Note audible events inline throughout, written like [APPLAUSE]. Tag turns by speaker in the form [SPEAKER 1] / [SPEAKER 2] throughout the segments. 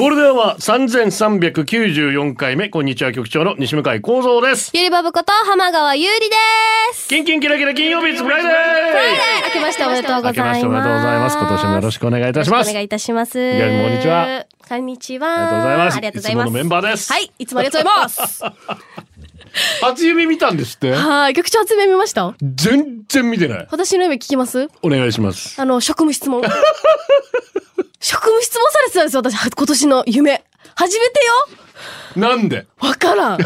[SPEAKER 1] ゴールデンは三千三百九十四回目、こんにちは局長の西向井光三です。
[SPEAKER 2] ゆりばぶこと浜川ゆうりです。
[SPEAKER 1] キンキンキラキラ金曜日つぶらいで
[SPEAKER 2] 明けましておめでとう
[SPEAKER 1] ー
[SPEAKER 2] ご
[SPEAKER 1] 明
[SPEAKER 2] ざいま
[SPEAKER 1] けまし
[SPEAKER 2] す。
[SPEAKER 1] ておめでとうございます。今年もよろしくお願いいたします。
[SPEAKER 2] お願いいたします。こ
[SPEAKER 1] りもこんにちは。
[SPEAKER 2] こんにち
[SPEAKER 1] ありがとうござい
[SPEAKER 2] は。
[SPEAKER 1] ます。いつものメンバーです。
[SPEAKER 2] はい、いつもありがとうござい
[SPEAKER 1] [LAUGHS]
[SPEAKER 2] ます。
[SPEAKER 1] 初夢見たんですって。
[SPEAKER 2] はい、局長集め見ました。
[SPEAKER 1] 全然見てない。
[SPEAKER 2] 私の夢聞きます。
[SPEAKER 1] お願いします。
[SPEAKER 2] あの職務
[SPEAKER 1] [LAUGHS]
[SPEAKER 2] 質問。職務質問されてたんですよ。私は今年の夢。初めてよ。
[SPEAKER 1] なんで。
[SPEAKER 2] わからん。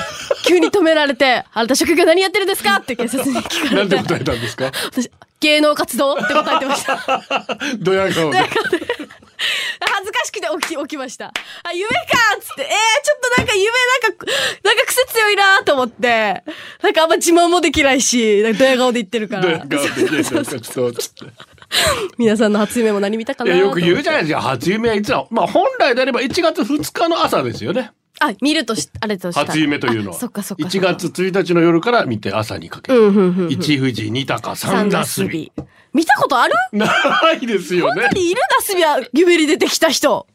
[SPEAKER 2] 急に止められて、あなた職業何やってるんですかって警察に聞か
[SPEAKER 1] な
[SPEAKER 2] れ
[SPEAKER 1] んで
[SPEAKER 2] て。
[SPEAKER 1] 答えたん [LAUGHS] ですか。
[SPEAKER 2] 私芸能活動って答えてました。
[SPEAKER 1] ドヤ顔で。
[SPEAKER 2] 恥ずかしくて起き起きました。あ、夢かっつって、えー、ちょっとなんか夢なんか、なんか癖強いなと思って、なんかあんま自慢もできないし、なんかドヤ顔で言ってるか
[SPEAKER 1] ドヤ
[SPEAKER 2] ら
[SPEAKER 1] 顔。で。そうつって。 [LAUGHS]
[SPEAKER 2] 皆さんの初夢も何見たか
[SPEAKER 1] い
[SPEAKER 2] な
[SPEAKER 1] や、
[SPEAKER 2] と
[SPEAKER 1] よく言うじゃないですか。初夢はいつだ。まあ、本来であれば1月2日の朝ですよね。
[SPEAKER 2] あ、見るとし、あれとしたら
[SPEAKER 1] 初夢というの
[SPEAKER 2] あそっか
[SPEAKER 1] は。
[SPEAKER 2] そっか。
[SPEAKER 1] 一月1日の夜から見て朝にかけ
[SPEAKER 2] うん、うん、うん。
[SPEAKER 1] て。一富士、二鷹、三
[SPEAKER 2] ダ
[SPEAKER 1] 田
[SPEAKER 2] ス
[SPEAKER 1] 隅。
[SPEAKER 2] ビ見たことある
[SPEAKER 1] ないですよ
[SPEAKER 2] 本
[SPEAKER 1] ね
[SPEAKER 2] 当。にいるダスビは夢に出てきた人。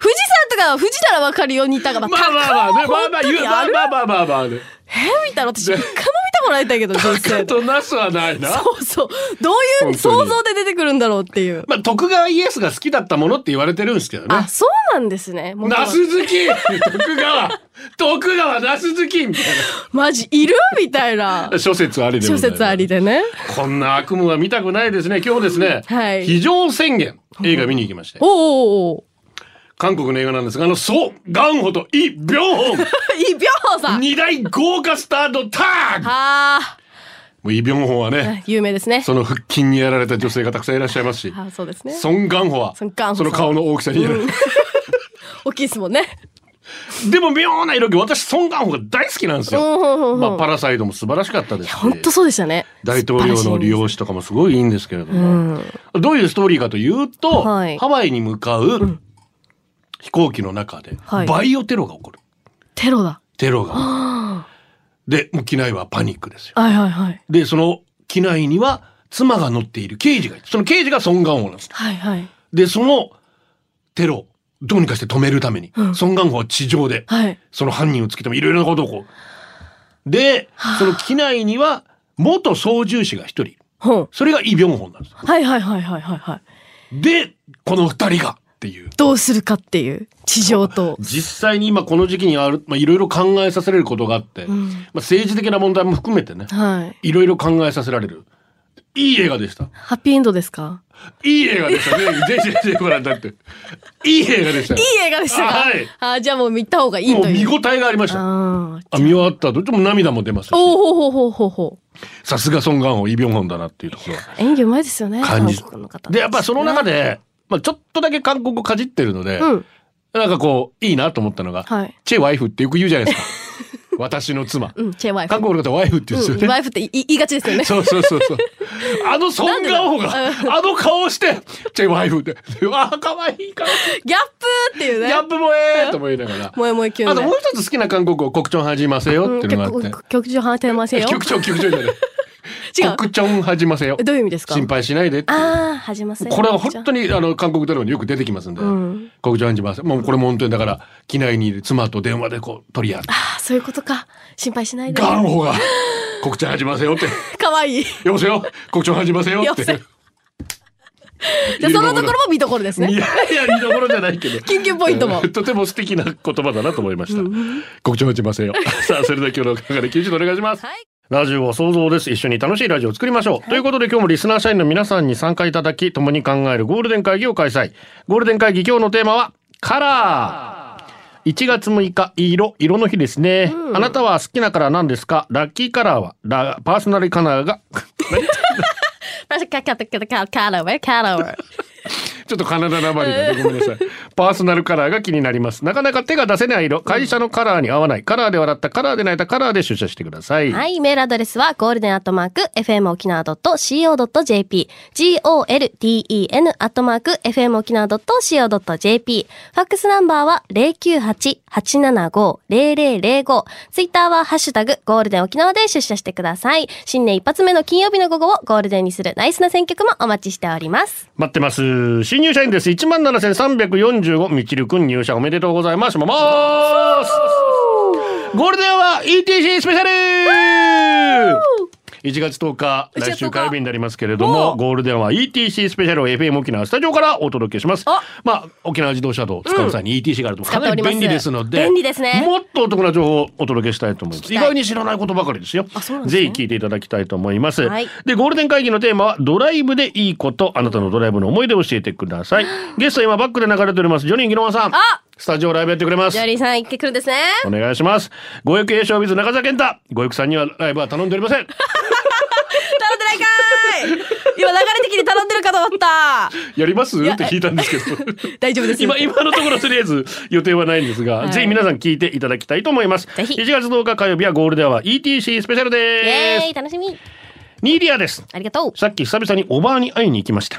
[SPEAKER 2] 富士山とか富士ならわかるよ、似たが。まあ、
[SPEAKER 1] まあまあまあね、まあまあ、
[SPEAKER 2] 本当に
[SPEAKER 1] ま
[SPEAKER 2] あ
[SPEAKER 1] あ
[SPEAKER 2] る
[SPEAKER 1] まあまあまあま
[SPEAKER 2] [LAUGHS]
[SPEAKER 1] あね。
[SPEAKER 2] えー、見たら私、一回も見たことないんだけど、人
[SPEAKER 1] ちょ
[SPEAKER 2] 生
[SPEAKER 1] っ
[SPEAKER 2] で。
[SPEAKER 1] となすはないな。
[SPEAKER 2] そうそう。どういう想像で出てくるんだろうっていう。
[SPEAKER 1] まあ、徳川家康が好きだったものって言われてるんですけどね
[SPEAKER 2] あ、。そうなんですね。もう
[SPEAKER 1] ナス好き徳川徳川ナス好きみたい
[SPEAKER 2] マジいるみたい
[SPEAKER 1] [LAUGHS]
[SPEAKER 2] な
[SPEAKER 1] な。諸説ありでご
[SPEAKER 2] 諸
[SPEAKER 1] ざいます
[SPEAKER 2] 説ありでね。
[SPEAKER 1] こんな悪夢は見たくないですね。今日ですね、
[SPEAKER 2] はい
[SPEAKER 1] 非常宣言映画見に行きまして
[SPEAKER 2] お、おおお。
[SPEAKER 1] 韓国の映画なんですが、あの、ソ・ガンホとイ・ビョンホン
[SPEAKER 2] イビョンホさん。
[SPEAKER 1] [LAUGHS] 二大豪華スターのタッグ [LAUGHS]
[SPEAKER 2] あ
[SPEAKER 1] もうイ・ビョンホンはね
[SPEAKER 2] あ、、有名ですね。
[SPEAKER 1] その腹筋にやられた女性がたくさんいらっしゃいますし、
[SPEAKER 2] あそうですね。
[SPEAKER 1] ソン・ガンホは、
[SPEAKER 2] ソンガンホさ
[SPEAKER 1] そ
[SPEAKER 2] ん
[SPEAKER 1] の顔の大きさにやられた。
[SPEAKER 2] 大きいですもんね。
[SPEAKER 1] でも妙な色気、私、ソン・ガンホが大好きなんですよ。
[SPEAKER 2] うん
[SPEAKER 1] まあ、
[SPEAKER 2] ま
[SPEAKER 1] パラサイドも素晴らしかったですし、
[SPEAKER 2] 本当そうでしたね。
[SPEAKER 1] 大統領の利用紙とかもすごいいいんですけれど
[SPEAKER 2] う
[SPEAKER 1] も、
[SPEAKER 2] ん。
[SPEAKER 1] どういうストーリーかというと、
[SPEAKER 2] はい
[SPEAKER 1] ハワイに向かう飛行機の中で、
[SPEAKER 2] はい
[SPEAKER 1] バイオテロが起こる。
[SPEAKER 2] テロだ。
[SPEAKER 1] テロが。
[SPEAKER 2] は
[SPEAKER 1] で、もう機内はパニックですよ。
[SPEAKER 2] いはいはい。
[SPEAKER 1] で、その機内には妻が乗っている刑事がいて、その刑事がソン・ガンホなんです。
[SPEAKER 2] はいはい。
[SPEAKER 1] で、そのテロ、どうにかして止めるために、
[SPEAKER 2] うん
[SPEAKER 1] ソン・ガンホは地上で、
[SPEAKER 2] はい。
[SPEAKER 1] その犯人を突き止め、いろいろなことをこう。で、その機内には、元操縦士が一人。
[SPEAKER 2] ほん。
[SPEAKER 1] それがイ・ビョンホンなんです。
[SPEAKER 2] はいはいはいはいはいはい。
[SPEAKER 1] で、この二人がっていう。
[SPEAKER 2] どうするかっていう。地上と。
[SPEAKER 1] 実際に今この時期にある、まあ、いろいろ考えさせられることがあって、
[SPEAKER 2] う
[SPEAKER 1] ま
[SPEAKER 2] ん。
[SPEAKER 1] あ、政治的な問題も含めてね、
[SPEAKER 2] はい。
[SPEAKER 1] いろいろ考えさせられる。いい映画でした。
[SPEAKER 2] ハッピーエンドですか
[SPEAKER 1] いい映画でしたね。ぜひぜひぜひご覧になって。いい映画でした。
[SPEAKER 2] いい映画でしたか
[SPEAKER 1] あはい
[SPEAKER 2] あーじゃあもう見た方がいい
[SPEAKER 1] もう
[SPEAKER 2] とい
[SPEAKER 1] 見
[SPEAKER 2] う。
[SPEAKER 1] 応えがありました。
[SPEAKER 2] ああ。
[SPEAKER 1] あ見終わった後、でも涙も出ますし
[SPEAKER 2] おおほうほうほうほうほ
[SPEAKER 1] さすがソン・ガンホ、イ・ビョンホンだなっていうところは
[SPEAKER 2] う。演技うまいですよね。
[SPEAKER 1] 感じ
[SPEAKER 2] 韓国の方。
[SPEAKER 1] で、やっぱその中で、まあちょっとだけ韓国をかじってるので、
[SPEAKER 2] うん。
[SPEAKER 1] なんかこう、いいなと思ったのが、
[SPEAKER 2] はい。
[SPEAKER 1] チェ・ワイフってよく言うじゃないですか。
[SPEAKER 2] [LAUGHS]
[SPEAKER 1] 私の妻。
[SPEAKER 2] うん、チェワイフ。
[SPEAKER 1] 韓国の方ワイフって言うんですよね。
[SPEAKER 2] うんワイフって言い言いがちですよね。
[SPEAKER 1] そうそうそうそう。あのソン・ガンホが、あの顔して、チェ・ワイフって、ああ、かわいい顔。
[SPEAKER 2] ギャップーってい
[SPEAKER 1] ギ
[SPEAKER 2] うね。
[SPEAKER 1] ャップもええと思いながら。
[SPEAKER 2] もえもえキュ
[SPEAKER 1] あ
[SPEAKER 2] ンで。
[SPEAKER 1] ともう一つ好きな韓国語、国チョン始ませよっていうのがあっ
[SPEAKER 2] うん
[SPEAKER 1] て。
[SPEAKER 2] 曲曲上話せませんよ。
[SPEAKER 1] 局長、局長じゃない。
[SPEAKER 2] [LAUGHS] 違う
[SPEAKER 1] 国チョン始ませよ
[SPEAKER 2] え。どういう意味ですか
[SPEAKER 1] 心配しないでっていう。
[SPEAKER 2] ああ、始ませんよ。
[SPEAKER 1] これは本当にあの韓国ドラマによく出てきますんで、
[SPEAKER 2] うん
[SPEAKER 1] 国チョン始ませ。もうこれも本当にだから、機内にいる妻と電話でこう取り合う。
[SPEAKER 2] あーそういうことか。心配しないで。
[SPEAKER 1] ガンホが、国チョン始ませよ
[SPEAKER 2] [LAUGHS]
[SPEAKER 1] って。
[SPEAKER 2] かわいい。
[SPEAKER 1] よせよ、国チョン始ませよって。
[SPEAKER 2] よせじゃあそのところも見どころです
[SPEAKER 1] い
[SPEAKER 2] ね。
[SPEAKER 1] やいや、見どころじゃないけど。。
[SPEAKER 2] [LAUGHS] 緊急ポイントも
[SPEAKER 1] とても素敵な言葉だなと思いました。ご聴きま
[SPEAKER 2] [LAUGHS]
[SPEAKER 1] せよ。さあ、それでは今日の中で休止お願いします。
[SPEAKER 2] はい
[SPEAKER 1] ラジオは想像です。一緒に楽しいラジオを作りましょう。ということで今日もリスナー社員の皆さんに参加いただき、共に考えるゴールデン会議を開催。ゴールデン会議今日のテーマは、カラー。1月6日、色、色の日ですね。あなたは好きなカラー何ですかラッキーカラーは、ラパーソナルカラーが、
[SPEAKER 2] カラーウェイ、カラーウェイ。
[SPEAKER 1] ちょっとカナダなまりだねごめんなさいパーソナルカラーが気になりますなかなか手が出せない色会社のカラーに合わないカラーで笑ったカラーで泣いたカラーで出社してください、
[SPEAKER 3] はい、メールアドレスはゴールデンアットマーク FM 沖縄 .co.jp golden アットマーク FM 沖縄 .co.jp ファックスナンバーは098-875-0005ツイッターはハッシュタグゴールデン沖縄で出社してください新年一発目の金曜日の午後をゴールデンにするナイスな選曲もお待ちしております
[SPEAKER 1] 待ってます新入社員です17,345みちるくん入社おめでとうございますまますゴールデンは ETC スペシャル1月10日
[SPEAKER 2] 1月10日
[SPEAKER 1] 来週火曜日になりますけれども
[SPEAKER 2] おう
[SPEAKER 1] ゴールデンは ETC スペシャルを FM 沖縄スタジオからお届けします
[SPEAKER 2] あ
[SPEAKER 1] まあ沖縄自動車道を使う際に ETC があると
[SPEAKER 2] 使
[SPEAKER 1] か
[SPEAKER 2] ってお
[SPEAKER 1] な
[SPEAKER 2] り
[SPEAKER 1] り
[SPEAKER 2] ます
[SPEAKER 1] 便利ですので
[SPEAKER 3] 便利ですね
[SPEAKER 1] もっとお得な情報をお届けしたいと思います意外に知らないことばかりですよ
[SPEAKER 2] そうなんですね
[SPEAKER 1] ぜひ聞いていただきたいと思います
[SPEAKER 3] はい
[SPEAKER 1] でゴールデン会議のテーマはドライブでいいことあなたのドライブの思い出を教えてく
[SPEAKER 3] [GASPS]
[SPEAKER 1] ださいゲストは今バックで流れておりますジョニー・ギノワさんスタジオライブやってくれます
[SPEAKER 3] ジョリーさん行ってくるんです
[SPEAKER 1] [LAUGHS]
[SPEAKER 3] ね
[SPEAKER 1] お願いしますご役栄翔ビズ中澤健太ご役さんにはライブは頼んでおりません
[SPEAKER 2] 頼んでないかーい今流れてきて頼んでるかと思った
[SPEAKER 1] [LAUGHS] やります
[SPEAKER 2] や
[SPEAKER 1] って聞いたんですけど
[SPEAKER 2] 大丈夫で
[SPEAKER 1] [LAUGHS]
[SPEAKER 2] す
[SPEAKER 1] 今今のところとりあえず予定はないんですが、
[SPEAKER 2] はい
[SPEAKER 1] ぜひ皆さん聞いていただきたいと思います1
[SPEAKER 3] ぜひ
[SPEAKER 1] 月10日火曜日はゴールデンは ETC スペシャル
[SPEAKER 3] イエ
[SPEAKER 1] で
[SPEAKER 3] ーイ
[SPEAKER 1] す
[SPEAKER 3] 楽しみ
[SPEAKER 1] ニーリアです
[SPEAKER 3] ありがとう
[SPEAKER 1] さっき久々におばあに会いに行きました、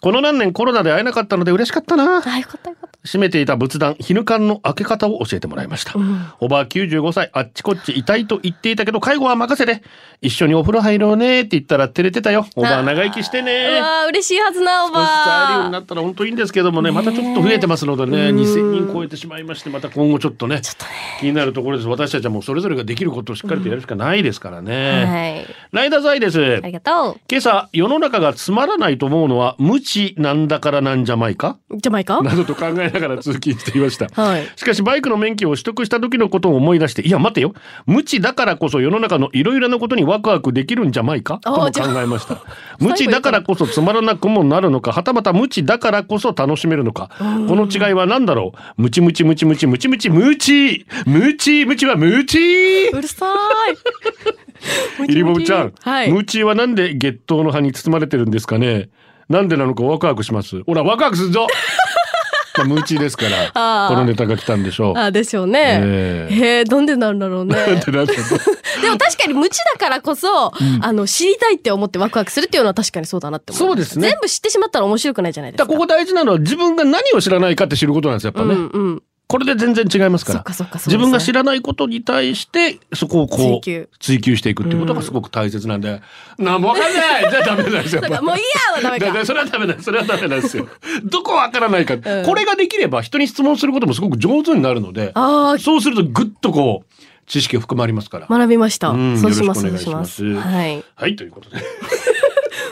[SPEAKER 1] この何年コロナで会えなかったので嬉しかったな
[SPEAKER 3] あよかったよかった
[SPEAKER 1] 閉めていた仏壇絹缶の開け方を教えてもらいました、おばあ95歳あっちこっち痛いと言っていたけど介護は任せで一緒にお風呂入ろうねって言ったら照れてたよおばあ長生きして
[SPEAKER 2] う
[SPEAKER 1] ね
[SPEAKER 2] わー嬉しいはずなお
[SPEAKER 1] 少しずつ会えるように
[SPEAKER 2] ば
[SPEAKER 1] なったら本当いいんですけどもねまたちょっと増えてますのでね2000人超えてしまいましてまた今後ちょっとね気になるところです私たちはもうそれぞれができることをしっかりとやるしかないですから
[SPEAKER 3] は
[SPEAKER 1] ね、
[SPEAKER 3] い
[SPEAKER 1] ライダーザイです
[SPEAKER 3] ありがと
[SPEAKER 1] 今朝世の中がつまらないと思うのは無知なんだからなんじゃないか
[SPEAKER 2] ジャマイカ
[SPEAKER 1] などと考えながら通勤していました、
[SPEAKER 2] はい
[SPEAKER 1] しかしバイクの免許を取得した時のことを思い出していや待てよ無知だからこそ世の中のいろいろなことにワクワクできるんじゃないかとも
[SPEAKER 2] あー
[SPEAKER 1] 考えました
[SPEAKER 2] じゃあ
[SPEAKER 1] 無知だからこそつまらなくもなるのかはたまた無知だからこそ楽しめるのかこの違いは何だろうムチムチムチムチムチムチムチムチムチはムチ
[SPEAKER 2] うるさー
[SPEAKER 1] [LAUGHS]
[SPEAKER 2] い
[SPEAKER 1] イリボブちゃん、
[SPEAKER 2] はい
[SPEAKER 1] ムーチーはなんで月桃の葉に包まれてるんですかねなんでなのかワクワクしますほらワクワクする
[SPEAKER 2] [LAUGHS]
[SPEAKER 1] ぞまあムーチーですから
[SPEAKER 2] あー
[SPEAKER 1] このネタが来たんでしょう
[SPEAKER 2] あでしょうね。
[SPEAKER 1] ええ
[SPEAKER 2] へえ、なんでなんだろ
[SPEAKER 1] [LAUGHS]
[SPEAKER 2] うね。
[SPEAKER 1] なんでなんで
[SPEAKER 2] でも確かに無知だからこそ、あの、知りたいって思ってワクワクするっていうのは確かにそうだなって思いま
[SPEAKER 1] そうですね
[SPEAKER 2] 全部知ってしまったら面白くないじゃないです
[SPEAKER 1] だ
[SPEAKER 2] か。
[SPEAKER 1] からここ大事なのは自分が何を知らないかって知ることなんですよやっぱね、
[SPEAKER 2] うんうん。
[SPEAKER 1] これで全然違いますか
[SPEAKER 2] そ
[SPEAKER 1] ら
[SPEAKER 2] っかそっかそうですね
[SPEAKER 1] 自分が知らないことに対してそこをこう
[SPEAKER 2] 追求
[SPEAKER 1] 追求していくっていうことがすごく大切なんで、なんもわかんないじゃあダメなんですよ
[SPEAKER 2] だからもういいやはダメ
[SPEAKER 1] だ
[SPEAKER 2] か。
[SPEAKER 1] からそれはダメだそれはダメなんで
[SPEAKER 3] [LAUGHS]
[SPEAKER 1] すよどこわからないか、これができれば人に質問することもすごく上手になるので
[SPEAKER 2] あ
[SPEAKER 1] そうするとぐっとこう知識が深まりますから、
[SPEAKER 2] あ、学びました
[SPEAKER 1] うん。
[SPEAKER 2] そうします、
[SPEAKER 1] よ
[SPEAKER 2] そう
[SPEAKER 1] ろし
[SPEAKER 2] し
[SPEAKER 1] くお願いしま
[SPEAKER 2] ま
[SPEAKER 1] す
[SPEAKER 2] す。
[SPEAKER 1] [LAUGHS]
[SPEAKER 2] はい。
[SPEAKER 1] はいということで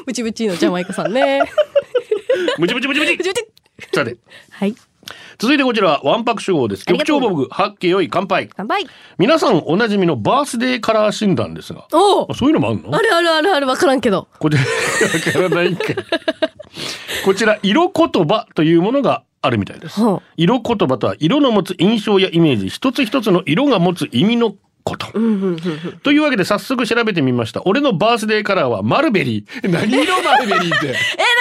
[SPEAKER 2] ムチムチのジャマイカさん [LAUGHS] ね。
[SPEAKER 1] ムチムチムチムチ
[SPEAKER 3] [LAUGHS]
[SPEAKER 2] ムチムチ
[SPEAKER 1] さて
[SPEAKER 2] はい。
[SPEAKER 1] 続いてこちらはわんぱく主語です
[SPEAKER 3] あり
[SPEAKER 1] 局
[SPEAKER 3] がと
[SPEAKER 1] 長
[SPEAKER 3] う
[SPEAKER 1] ボブはっけよい乾杯
[SPEAKER 3] 乾杯
[SPEAKER 1] 皆さんおなじみのバースデーカラー診断ですが
[SPEAKER 2] おお
[SPEAKER 1] あそういうのもあるの
[SPEAKER 2] あるあるあるある、わからんけど。
[SPEAKER 1] これわからないんかいこちら色言葉というものがあるみたいです
[SPEAKER 2] ほう
[SPEAKER 1] 色言葉とは色の持つ印象やイメージ一つ一つの色が持つ意味のこと、というわけで早速調べてみました俺のバースデーカラーはマルベリー何色マルベリーって
[SPEAKER 2] えー、なん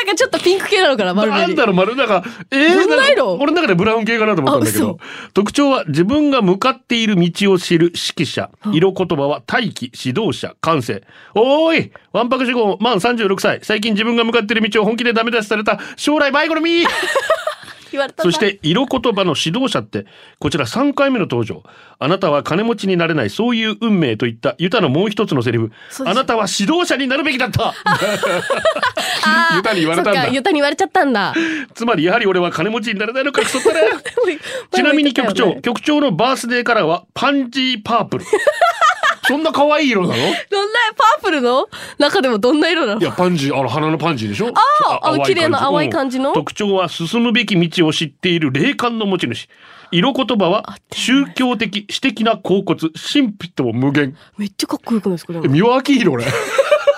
[SPEAKER 2] かちょっとピンク系なのかな、マルベリー。
[SPEAKER 1] なんだろう、丸、なんか、えー
[SPEAKER 2] ブラウンナイロ
[SPEAKER 1] なんか俺の中でブラウン系かなと思ったんだけ
[SPEAKER 2] あ
[SPEAKER 1] ど
[SPEAKER 2] 嘘、
[SPEAKER 1] 特徴は自分が向かっている道を知る指揮者、色言葉は大気、指導者、感性。おーい、わんぱく主語、満36歳、最近自分が向かっている道を本気でダメ出しされた、将来バイゴル
[SPEAKER 2] [LAUGHS]
[SPEAKER 1] ミー
[SPEAKER 2] 言われた
[SPEAKER 1] そ
[SPEAKER 2] な
[SPEAKER 1] し、て、色言葉の指導者って、こちら3回目の登場。あなたは金持ちになれない、そういう運命といった、ユタのもう一つのセリフ。
[SPEAKER 2] そうで
[SPEAKER 1] あ
[SPEAKER 2] す
[SPEAKER 1] なたは指導者になるべきだった
[SPEAKER 2] [LAUGHS]
[SPEAKER 1] ユタに言われたん
[SPEAKER 2] そっ
[SPEAKER 1] だ
[SPEAKER 2] か、。ユタに言われちゃったんだ。
[SPEAKER 1] つまりやはり俺は金持ちになれないのかクソったれ [LAUGHS] ち
[SPEAKER 2] 前
[SPEAKER 1] な
[SPEAKER 2] も
[SPEAKER 1] み
[SPEAKER 2] 言
[SPEAKER 1] に
[SPEAKER 2] ってたよ
[SPEAKER 1] 局
[SPEAKER 2] ね
[SPEAKER 1] 長、局長のバースデーカラーはパンジーパー
[SPEAKER 2] [LAUGHS]
[SPEAKER 1] プルそんな可愛い色なのい
[SPEAKER 2] どんなパープルの中でもどんな色なの
[SPEAKER 1] やパンジーあの花のパンジーでしょあ
[SPEAKER 2] あ綺麗な淡い感じの
[SPEAKER 1] 特徴は進むべき道を知っている霊感の持ち主色言葉は宗教的私的な甲骨神秘と無限
[SPEAKER 2] めっちゃかっこよくないですかでも
[SPEAKER 1] え三輪明宏俺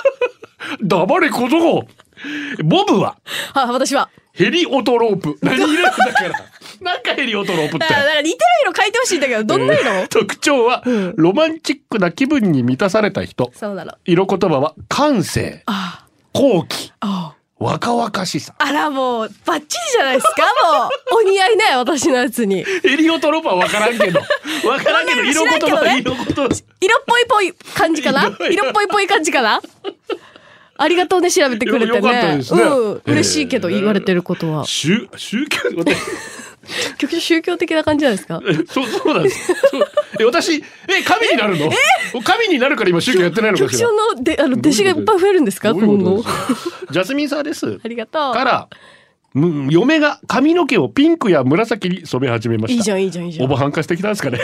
[SPEAKER 1] [LAUGHS] 黙れ小僧ボブは
[SPEAKER 2] あ、私は。
[SPEAKER 1] ヘリオトロープ何色なんだ
[SPEAKER 2] [LAUGHS]
[SPEAKER 1] からなんかヘリオトロープっ
[SPEAKER 2] だ
[SPEAKER 1] て
[SPEAKER 2] から似てる色変えてほしいんだけど、どんな色、
[SPEAKER 1] えー特徴は、ロマンチックな気分に満たされた人
[SPEAKER 2] そうなの。
[SPEAKER 1] 色言葉は感性
[SPEAKER 2] あ
[SPEAKER 1] 好奇
[SPEAKER 2] あ、
[SPEAKER 1] 若々しさ。
[SPEAKER 2] あらもうバッチリじゃないですかもうお似合いね私のやつに
[SPEAKER 1] エリオトロープは分からん
[SPEAKER 2] [LAUGHS]
[SPEAKER 1] けど。分からんけど、色言
[SPEAKER 2] わか
[SPEAKER 1] 葉、
[SPEAKER 2] る知らん
[SPEAKER 1] 色
[SPEAKER 2] け
[SPEAKER 1] 言葉。
[SPEAKER 2] 色っぽいぽい感じかな
[SPEAKER 1] 色
[SPEAKER 2] 色っぽいぽい感じかなありがとうね調べてくれて
[SPEAKER 1] よかった
[SPEAKER 2] ね
[SPEAKER 1] ですね
[SPEAKER 2] うん
[SPEAKER 1] えー
[SPEAKER 2] 嬉しいけど言われてることは
[SPEAKER 1] 宗宗教 [LAUGHS] 待って
[SPEAKER 2] 結局宗教的な感じじゃないですか
[SPEAKER 1] えそうそうなんですそうえ私え神になるの神になるから今宗教やってないのか
[SPEAKER 2] 局
[SPEAKER 1] しら
[SPEAKER 2] 長のであの弟子がいっぱい増えるんですか
[SPEAKER 1] どういうこと
[SPEAKER 2] 今後
[SPEAKER 1] ですかジャスミンさんです
[SPEAKER 2] ありがとう
[SPEAKER 1] からむ嫁が髪の毛をピンクや紫に染め始めました
[SPEAKER 2] いいじゃんいいじゃんいいじゃ
[SPEAKER 1] お
[SPEAKER 2] ん
[SPEAKER 1] ばはん化してきたんですかね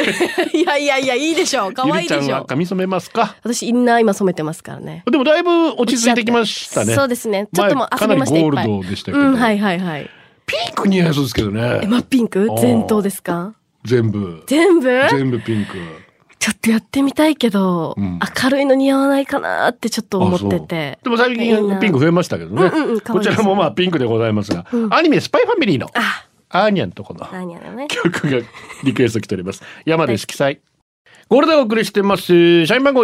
[SPEAKER 2] いやいやいやいいでしょう可
[SPEAKER 1] ゆ
[SPEAKER 2] 愛
[SPEAKER 1] り
[SPEAKER 2] い
[SPEAKER 1] ちゃ
[SPEAKER 2] で
[SPEAKER 1] ん
[SPEAKER 2] し
[SPEAKER 1] は
[SPEAKER 2] ょ
[SPEAKER 1] 髪染めますか
[SPEAKER 2] 私インナー今染めてますからね
[SPEAKER 1] でもだいぶ落ち着いてきましたね
[SPEAKER 3] そうですねちょっともう遊びました
[SPEAKER 1] 前
[SPEAKER 3] い
[SPEAKER 1] か
[SPEAKER 3] っ
[SPEAKER 1] な
[SPEAKER 3] ぱ
[SPEAKER 1] り
[SPEAKER 3] い
[SPEAKER 1] ゴールドでしたけど、
[SPEAKER 2] うんはいはいはい
[SPEAKER 1] ピンク似合いそうですけど
[SPEAKER 2] え
[SPEAKER 1] ね
[SPEAKER 2] 真っピンク
[SPEAKER 1] あー
[SPEAKER 2] 全頭ですか
[SPEAKER 1] 全部
[SPEAKER 2] 全部
[SPEAKER 1] 全部ピンク
[SPEAKER 2] ちょっとやってみたいけど、
[SPEAKER 1] うん
[SPEAKER 2] 明るいの似合わないかなってちょっと思ってて
[SPEAKER 1] あそうでも最
[SPEAKER 2] いいな
[SPEAKER 1] 近ピンク増えましたけどね、
[SPEAKER 2] うんうんうん可愛
[SPEAKER 1] こ
[SPEAKER 2] い
[SPEAKER 1] ち
[SPEAKER 2] です
[SPEAKER 1] らもまあピンクでございますが、アニメ「スパイファミリー」の
[SPEAKER 2] あ
[SPEAKER 1] アーニャのとこの
[SPEAKER 3] 何やらね
[SPEAKER 1] 曲がリクエスト来ております山で色彩ゴールデンをお送りしてます社員番号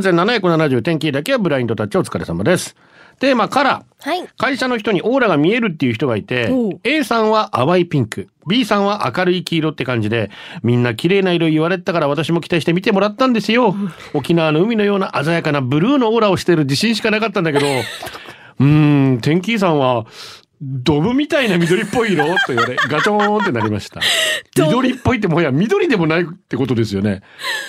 [SPEAKER 1] 13,770天気だけはブラインドタッチお疲れ様ですテーマカラー
[SPEAKER 3] はい
[SPEAKER 1] 会社の人にオーラが見えるっていう人がいて
[SPEAKER 2] おう
[SPEAKER 1] A さんは淡いピンク B さんは明るい黄色って感じでみんな綺麗な色言われてたから私も期待して見てもらったんですよ沖縄の海のような鮮やかなブルーのオーラをしている自信しかなかったんだけどうーん天気さんはドブみたいな緑っぽい色と言われガチョーンってなりました
[SPEAKER 2] ドブ
[SPEAKER 1] 緑っぽいってもはや緑でもないってことですよね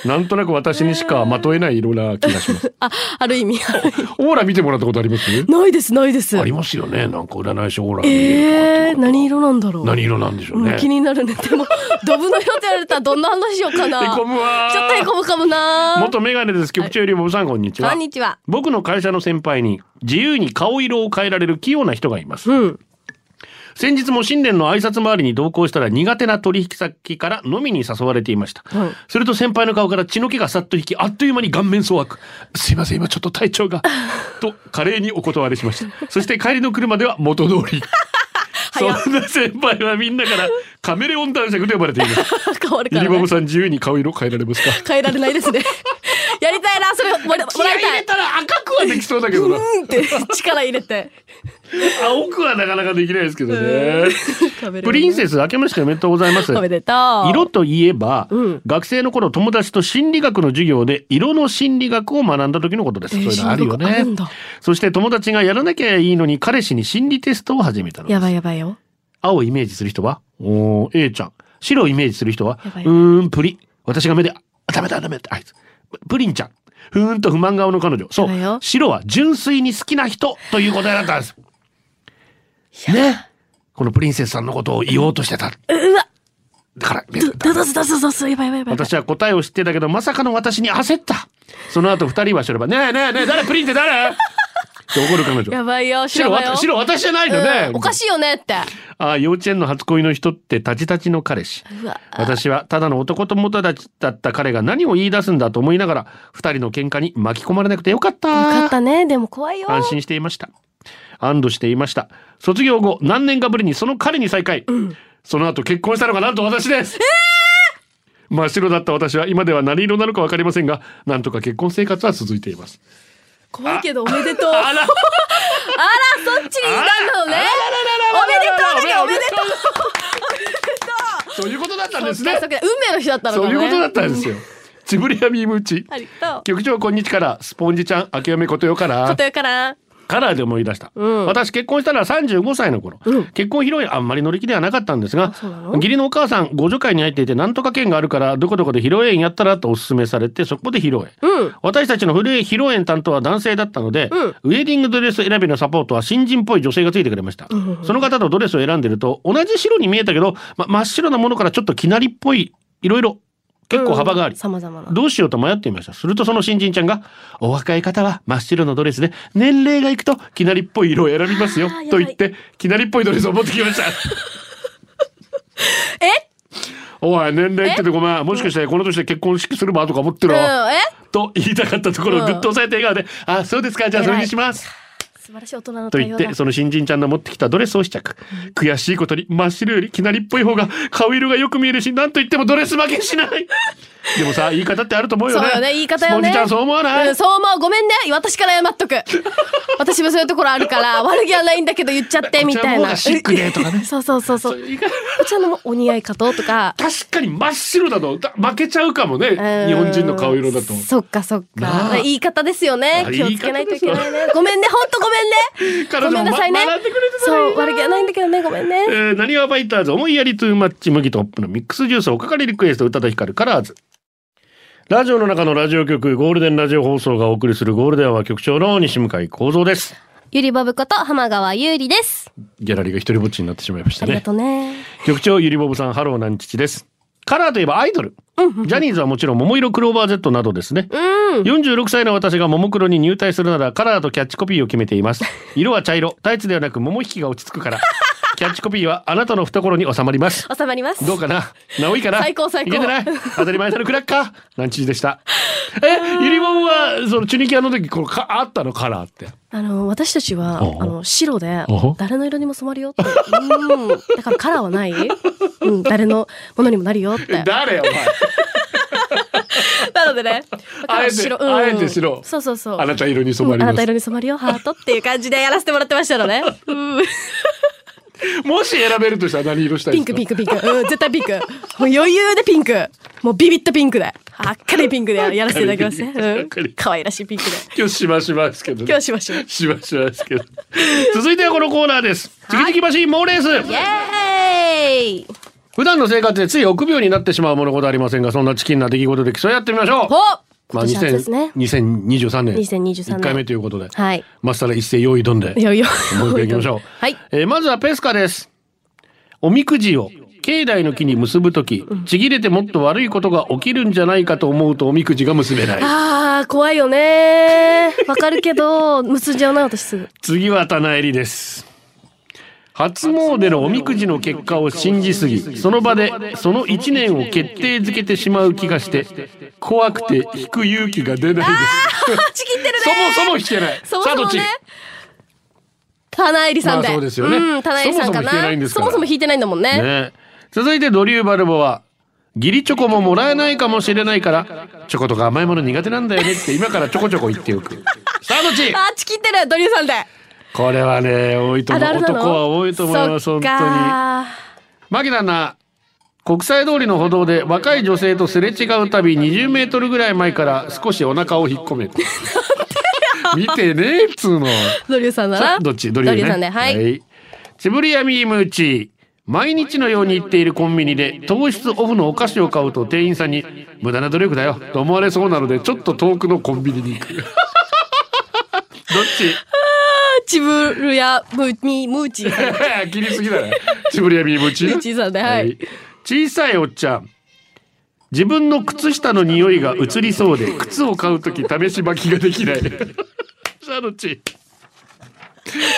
[SPEAKER 1] なんとなく私にしかまとえない色な気がします
[SPEAKER 2] あある意味 [LAUGHS]
[SPEAKER 1] オーラ見てもらったことあります
[SPEAKER 2] ないですないです
[SPEAKER 1] ありますよね。なんか占い師オーラが見え
[SPEAKER 2] え
[SPEAKER 1] る
[SPEAKER 2] ー、何色なんだろう
[SPEAKER 1] 何色なんでしょうね。
[SPEAKER 2] うん気になるねで
[SPEAKER 1] [LAUGHS]
[SPEAKER 2] もドブの色って言われたらどんな話しようかな
[SPEAKER 1] へこむわー
[SPEAKER 2] ちょっとへこむかもな
[SPEAKER 1] 元メガネです。局長よりもさんこんにちは
[SPEAKER 2] こん。にちは
[SPEAKER 1] 僕の会社の先輩に自由に顔色を変えられる器用な人がいます。
[SPEAKER 2] うん
[SPEAKER 1] 先日も新年の挨拶回りに同行したら苦手な取引先から飲みに誘われていました。
[SPEAKER 2] はい
[SPEAKER 1] すると先輩の顔から血の気がさっと引き、あっという間に顔面蒼白。すいません、今ちょっと体調
[SPEAKER 2] [LAUGHS]
[SPEAKER 1] が。と、華麗にお断りしました。そして帰りの車では元通り。そんな先輩はみんなからカメレオン男爵と呼ばれています。
[SPEAKER 2] [LAUGHS] 変わる
[SPEAKER 1] ゆ
[SPEAKER 2] から、
[SPEAKER 1] り
[SPEAKER 2] ね
[SPEAKER 1] ぼ、ぼさん自由に顔色変えられますか
[SPEAKER 2] 変えられない
[SPEAKER 1] [LAUGHS]
[SPEAKER 2] ですねやりたいなそれもらもらい
[SPEAKER 1] 気合い入
[SPEAKER 2] た
[SPEAKER 1] れ
[SPEAKER 2] い
[SPEAKER 1] たら赤くはできそうだけどな
[SPEAKER 2] うんって力入れ
[SPEAKER 1] [LAUGHS]
[SPEAKER 2] て
[SPEAKER 1] 青くはなかなかできないですけどね
[SPEAKER 2] カメラ
[SPEAKER 1] プリンセス明けましておめでとうございます
[SPEAKER 2] おめでとう
[SPEAKER 1] 色といえば、
[SPEAKER 2] うん
[SPEAKER 1] 学生の頃友達と心理学の授業で色の心理学を学んだ時のことです、
[SPEAKER 2] え
[SPEAKER 1] そ
[SPEAKER 2] ー
[SPEAKER 1] ういうのあるよ
[SPEAKER 2] 心理学あ
[SPEAKER 1] ね
[SPEAKER 2] るんだ
[SPEAKER 1] そして友達がやらなきゃいいのに彼氏に心理テストを始めたの
[SPEAKER 2] やばいやばいよ
[SPEAKER 1] 青をイメージする人はおー A ちゃん白をイメージする人はう
[SPEAKER 2] やばい
[SPEAKER 1] ーんプリ私が目であダメだダメだあいつプリンちゃんふーんと不満顔の彼女そ
[SPEAKER 2] やばいよ
[SPEAKER 1] う白は純粋に好きな人という答えだったんですねこのプリンセスさんのことを言おうとしてた
[SPEAKER 2] うわ
[SPEAKER 1] だから
[SPEAKER 2] だだすだすだすやばいやばいやばい
[SPEAKER 1] 私は答えを知ってたけどまさかの私に焦ったその後二人は白ばねえねえねえ誰プリンって
[SPEAKER 2] [LAUGHS]
[SPEAKER 1] 誰って怒る彼女
[SPEAKER 2] やばいよ
[SPEAKER 1] 白
[SPEAKER 2] 白
[SPEAKER 1] わ
[SPEAKER 2] だよ
[SPEAKER 1] た白私じゃないのね、
[SPEAKER 2] うんおかしいよねって
[SPEAKER 1] ああ幼稚園の初恋の人ってタチタチの彼氏
[SPEAKER 2] うわ
[SPEAKER 1] 私はただの男友達だった彼が何を言い出すんだと思いながら二人の喧嘩に巻き込まれなくてよかった
[SPEAKER 3] よかったねでも怖いよ
[SPEAKER 1] 安心していました安堵していました卒業後何年かぶりにその彼に再会、その後結婚したのがなんと私です、真っ白だった私は今では何色なのかわかりませんがなんとか結婚生活は続いています
[SPEAKER 2] 怖いけどおめでとう
[SPEAKER 1] あら
[SPEAKER 2] あら、そっちにいたんだのね。おめでとうだけどおめでとう。
[SPEAKER 1] そういうことだったんです
[SPEAKER 2] そっ
[SPEAKER 1] ね
[SPEAKER 2] かそっか運命の人だったの
[SPEAKER 1] そう
[SPEAKER 2] かね。
[SPEAKER 1] いうことだったんですよちぶりやみーむち
[SPEAKER 2] ありがとう。
[SPEAKER 1] 局長こんにちからスポンジちゃん明け嫁ことよから
[SPEAKER 2] ことよから。
[SPEAKER 1] カラーで思い出した、
[SPEAKER 2] ん
[SPEAKER 1] 私結婚したのは35歳の頃、
[SPEAKER 2] うん
[SPEAKER 1] 結婚披露宴あんまり乗り気ではなかったんですが
[SPEAKER 2] そうなの
[SPEAKER 1] 義理のお母さん互助会に入っていてなんとか券があるからどこどこで披露宴やったらとお勧めされてそこで披露宴、
[SPEAKER 2] うん。
[SPEAKER 1] 私たちの古い披露宴担当は男性だったので、
[SPEAKER 2] うん
[SPEAKER 1] ウェディングドレス選びのサポートは新人っぽい女性がついてくれました、その方とドレスを選んでると同じ白に見えたけど、ま、真っ白なものからちょっときなりっぽいいろいろ結構幅があり、
[SPEAKER 3] さまざまな
[SPEAKER 1] どうしようと迷っていました。するとその新人ちゃんが、お若い方は真っ白のドレスで、年齢がいくと、きなりっぽい色を選びますよ
[SPEAKER 3] あーやば、い
[SPEAKER 1] と言って、きなりっぽいドレスを持ってきま
[SPEAKER 3] [LAUGHS]
[SPEAKER 1] した。
[SPEAKER 2] え、
[SPEAKER 1] おい、年齢っててごめん。もしかしてこの年で結婚式するばとか思って
[SPEAKER 2] う
[SPEAKER 1] ろ
[SPEAKER 2] ん、。え、
[SPEAKER 1] と言いたかったところ
[SPEAKER 2] う
[SPEAKER 1] を
[SPEAKER 2] ん
[SPEAKER 1] ぐっと押さえて笑顔で、あ、そうですか、じゃあそれにします。
[SPEAKER 3] 素晴らしい大人の
[SPEAKER 1] と
[SPEAKER 3] 対
[SPEAKER 1] 言
[SPEAKER 3] 応
[SPEAKER 1] っ
[SPEAKER 3] だ
[SPEAKER 1] て、その新人ちゃんの持ってきたドレスを試着。悔
[SPEAKER 2] [LAUGHS]
[SPEAKER 1] しいことに、真っ白よりきなりっぽい方が、顔色がよく見えるし、なんと言ってもドレス負けしない。でもさ言い方ってあると思うよね
[SPEAKER 2] そうよね言い方よね
[SPEAKER 1] スポンジちゃんそう思わない、
[SPEAKER 2] うん、そう思うごめんね私から謝
[SPEAKER 1] [LAUGHS]
[SPEAKER 2] っとく私もそういうところあるから悪気はないんだけど言っちゃってみた
[SPEAKER 1] こちらの
[SPEAKER 2] い
[SPEAKER 1] 方が
[SPEAKER 2] な
[SPEAKER 1] シックねとかね
[SPEAKER 2] [LAUGHS] そうそうそうそう
[SPEAKER 1] そういう言い方
[SPEAKER 2] こちらのもお似合いかととか
[SPEAKER 1] 確かに真っ白だとだ負けちゃうかもね
[SPEAKER 2] うん
[SPEAKER 1] 日本人の顔色だと
[SPEAKER 2] そっかそっ
[SPEAKER 1] な
[SPEAKER 2] か
[SPEAKER 1] あ
[SPEAKER 2] 言い方ですよね
[SPEAKER 1] あ
[SPEAKER 2] 気をつけないといけないねごめんねほんとごめんね
[SPEAKER 1] 彼
[SPEAKER 2] ご
[SPEAKER 1] 女も
[SPEAKER 2] めん
[SPEAKER 1] ま
[SPEAKER 2] なさいね
[SPEAKER 1] 学んでくれてたらいいな
[SPEAKER 2] そう悪気はないんだけどねごめんね
[SPEAKER 1] えーなにわバイターズ思いやりトゥーマッチ麦とホップのミックスジュースおかかりリクエスト宇多田ヒカルカラーズラジオの中のラジオ局ゴールデンラジオ放送がお送りするゴールデンは局長の西向井光三です
[SPEAKER 3] ゆりぼぶこと浜川ゆうりです。
[SPEAKER 1] ギャラリーが一人ぼっちになってしまいまし
[SPEAKER 3] あ
[SPEAKER 1] た
[SPEAKER 3] りが
[SPEAKER 1] ね
[SPEAKER 3] とうね。
[SPEAKER 1] 局長ゆりぼぶさんハローなんちちですカラーといえばアイドルジャニーズはもちろん桃色クローバー Z などですね46歳の私がももクロに入隊するならカラーとキャッチコピーを決めています [LAUGHS] 色は茶色タイツではなく桃引きが落ち着くからキャッチコピーはあなたの懐に収まります
[SPEAKER 2] 収まります
[SPEAKER 1] どうかな直いかな
[SPEAKER 2] 最高最高
[SPEAKER 1] いけてない当たり前なるクラッカーなんちでした。え、ゆりぼんは、そのチュニキャの時、このか、あったのカラーって。
[SPEAKER 2] あの私たちは
[SPEAKER 1] おう
[SPEAKER 2] あの白で
[SPEAKER 1] おう
[SPEAKER 2] 誰の色にも染まるよってうんだからカラーはない、うん、誰のものにもなるよ
[SPEAKER 1] [LAUGHS]
[SPEAKER 2] って
[SPEAKER 1] 誰お前。
[SPEAKER 2] なのでね、
[SPEAKER 1] あえて
[SPEAKER 2] 白
[SPEAKER 1] あえて白
[SPEAKER 2] そうそうそう。
[SPEAKER 1] あなた色に染まり
[SPEAKER 2] うんあ
[SPEAKER 1] ま
[SPEAKER 2] なた色
[SPEAKER 1] す。
[SPEAKER 2] に染まるよ、ハートっていう感じでやらせてもらってましたのね。うん
[SPEAKER 1] もし選べるとしたら何色したい
[SPEAKER 2] ピ
[SPEAKER 1] です
[SPEAKER 2] ン
[SPEAKER 1] か
[SPEAKER 2] ク、ピンク、ピンク。うん、絶対ピンク。もう余裕でピンク。もうビビったピンクで。あっかりピンクでやらせていただきますね。うん
[SPEAKER 1] 明るい。
[SPEAKER 2] 可愛らしいピンクで。
[SPEAKER 1] 今日しましますけど、ね。
[SPEAKER 2] 今日しましょう。
[SPEAKER 1] しましますけど。続いてはこのコーナーです。チキチキマシン猛レース。
[SPEAKER 3] イエーイ
[SPEAKER 1] 普段の生活でつい臆病になってしまうものことありませんが、そんなチキンな出来事で競い合ってみましょう。
[SPEAKER 2] ほ
[SPEAKER 1] まあ、
[SPEAKER 3] 今年初です
[SPEAKER 1] 2000
[SPEAKER 3] ね
[SPEAKER 1] 2023年。
[SPEAKER 3] 2023年
[SPEAKER 1] 1回目ということで。
[SPEAKER 3] はい。
[SPEAKER 1] まっさら一斉用意どんで。
[SPEAKER 2] いやいや。
[SPEAKER 1] もう一回行きましょう。
[SPEAKER 3] はい
[SPEAKER 1] えーまずはペスカです。おみくじを境内の木に結ぶとき、ちぎれてもっと悪いことが起きるんじゃないかと思うとおみくじが結
[SPEAKER 2] [LAUGHS]
[SPEAKER 1] べない。
[SPEAKER 2] あー、怖いよねわかるけど、結んじゃうな、私すぐ。
[SPEAKER 1] 次は棚入りです。初詣のおみくじの結果を信じすぎ、その場でその1年を決定づけてしまう気がして、怖くて引く勇気が出ないです。
[SPEAKER 2] ちぎってるね
[SPEAKER 1] そもそも引けない。
[SPEAKER 2] そもそ
[SPEAKER 1] さあど
[SPEAKER 2] も
[SPEAKER 1] っち
[SPEAKER 2] ね。田内里さんで。
[SPEAKER 1] まあそうですよね
[SPEAKER 2] うん、田内里さんかな。
[SPEAKER 1] そもそも弾いてないんですから
[SPEAKER 2] そもそも弾いてないんだもんね。
[SPEAKER 1] ね続いてドリューバルボは義理チョコももらえないかもしれないからチョコとか甘いもの苦手なんだよねって今からちょこちょこ言っておくさあどっち
[SPEAKER 2] あー、ちぎってる、ドリューさんで。
[SPEAKER 1] これはね多いと
[SPEAKER 2] あ
[SPEAKER 1] 思
[SPEAKER 2] るあ
[SPEAKER 1] う
[SPEAKER 2] るなの
[SPEAKER 1] 男は多いと思います
[SPEAKER 2] そっ
[SPEAKER 1] 本当
[SPEAKER 2] か
[SPEAKER 1] に
[SPEAKER 2] ー
[SPEAKER 1] マキナな国際通りの歩道で若い女性とすれ違うたび20メートルぐらい前から少しお腹を引っ込める見てねえっつうの
[SPEAKER 2] ドリューさんだ
[SPEAKER 1] さ
[SPEAKER 2] な。
[SPEAKER 1] あどっちドリューね
[SPEAKER 2] さんで、はい。
[SPEAKER 1] ちぶりやみーむーち毎日のように行っているコンビニで糖質オフのお菓子を買うと店員さんに「無駄な努力だよ」と思われそうなのでちょっと遠くのコンビニに [LAUGHS] 行くどっ
[SPEAKER 2] チブルヤムミムー
[SPEAKER 1] [LAUGHS]
[SPEAKER 2] チー
[SPEAKER 1] ち [LAUGHS] 切りすぎだねちぶりやみーむーち
[SPEAKER 2] ムーチーさんで、は
[SPEAKER 1] はいい。小さいおっちゃん自分の靴下の匂いが移りそう
[SPEAKER 2] [LAUGHS]
[SPEAKER 1] で靴を買うとき試し履きができないさあどっち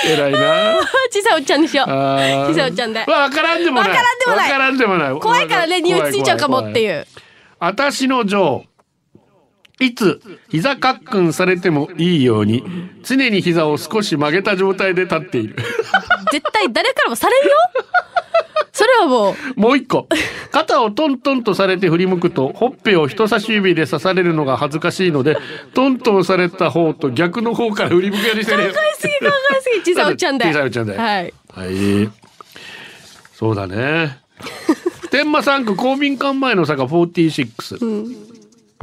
[SPEAKER 1] 偉いな
[SPEAKER 2] ちさおちゃんにしよう。
[SPEAKER 1] あー
[SPEAKER 2] ちさおちゃんで。
[SPEAKER 1] わからんでもない。
[SPEAKER 2] わからんでもない
[SPEAKER 1] わからんでもない。。
[SPEAKER 2] 怖いからね、匂いついちゃうかもっていうう。
[SPEAKER 1] 私の女王。いつ膝かっくんされてもいいように常に膝を少し曲げた状態で立っている
[SPEAKER 2] 絶対誰からもされるよ。それはもう、
[SPEAKER 1] もう一個肩をトントンとされて振り向くとほっぺを人差し指で刺されるのが恥ずかしいのでトントンされた方と逆の方から振り向くようにしてね
[SPEAKER 2] 考えすぎ考えすぎ、ちさおちゃんで。
[SPEAKER 1] ちさおちゃんで
[SPEAKER 2] はい。
[SPEAKER 1] はい。そうだね。普天間産区公民館前の坂46。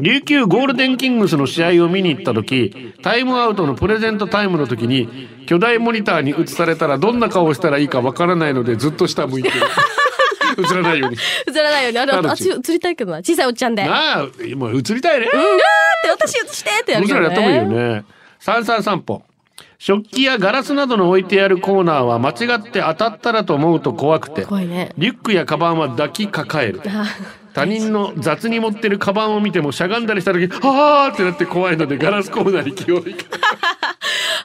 [SPEAKER 1] 琉球ゴールデンキングスの試合を見に行った時タイムアウトのプレゼントタイムの時に巨大モニターに映されたらどんな顔をしたらいいかわからないのでずっと下向いてる映らないように
[SPEAKER 2] 映らないように、あれ、
[SPEAKER 1] あど
[SPEAKER 2] あ
[SPEAKER 1] っち
[SPEAKER 2] つ映りたいけどな。ちさおちゃんで。あ
[SPEAKER 1] なあもう映りたいね、
[SPEAKER 2] って、私映してってや
[SPEAKER 1] も
[SPEAKER 2] る
[SPEAKER 1] ち
[SPEAKER 2] け
[SPEAKER 1] ろ
[SPEAKER 2] ど
[SPEAKER 1] ん
[SPEAKER 2] ね。
[SPEAKER 1] やった方がいいよね。三三散歩。食器やガラスなどの置いてあるコーナーは間違って当たったらと思うと怖くて。
[SPEAKER 2] 怖いね。
[SPEAKER 1] リュックやカバンは抱きかかえる。他人の雑に持ってるカバンを見てもしゃがんだりした時、はあーってなって怖いのでガラスコーナーに気をいく。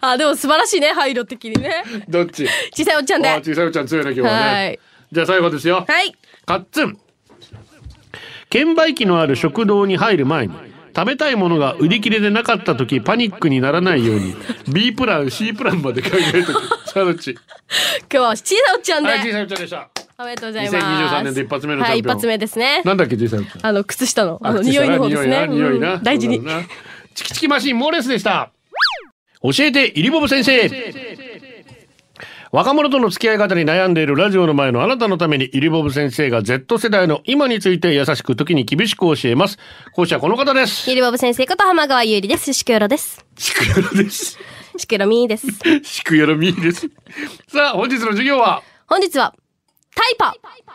[SPEAKER 2] あ、でも素晴らしいね、配慮的にね。
[SPEAKER 1] どっち
[SPEAKER 2] ちさおちゃんで。
[SPEAKER 1] あ
[SPEAKER 2] は
[SPEAKER 1] ー、小さいちゃん強いな今日は
[SPEAKER 2] は
[SPEAKER 1] ね
[SPEAKER 2] い。
[SPEAKER 1] じゃあ最後ですよ。
[SPEAKER 2] い。
[SPEAKER 1] カッツン券売機のある食堂に入る前に食べたいものが売り切れでなかった時パニックにならないように B プラン C プランまで考えとくさあどっち
[SPEAKER 2] 今日はちさおちゃんで。
[SPEAKER 1] はい小さいちゃんでした
[SPEAKER 2] おめでとうございます。
[SPEAKER 1] 2023年で一発目のチャンピオン
[SPEAKER 2] はい、一発目ですね。
[SPEAKER 1] なんだっけ、ジェイさん。
[SPEAKER 2] あの、靴下の、あの、
[SPEAKER 1] 靴
[SPEAKER 2] 匂
[SPEAKER 1] 下
[SPEAKER 2] い
[SPEAKER 1] な
[SPEAKER 2] の方です
[SPEAKER 1] 匂いな、
[SPEAKER 2] ね。
[SPEAKER 1] 匂いな。
[SPEAKER 2] うん大事に
[SPEAKER 1] そう。だなチキチキマシン、モーレスでした。教えて、イリボブ先生。若者との付き合い方に悩んでいるラジオの前のあなたのために、イリボブ先生が Z 世代の今について優しく時に厳しく教えます。講師はこの方です。
[SPEAKER 3] ゆりぼぶ先生こと浜川ゆりです。しくよろです。
[SPEAKER 1] シクヨロです。
[SPEAKER 3] しくよろみーです。
[SPEAKER 1] シクヨロミーです。さあ、本日の授業は、
[SPEAKER 3] 本日は、タイパ
[SPEAKER 1] タイパ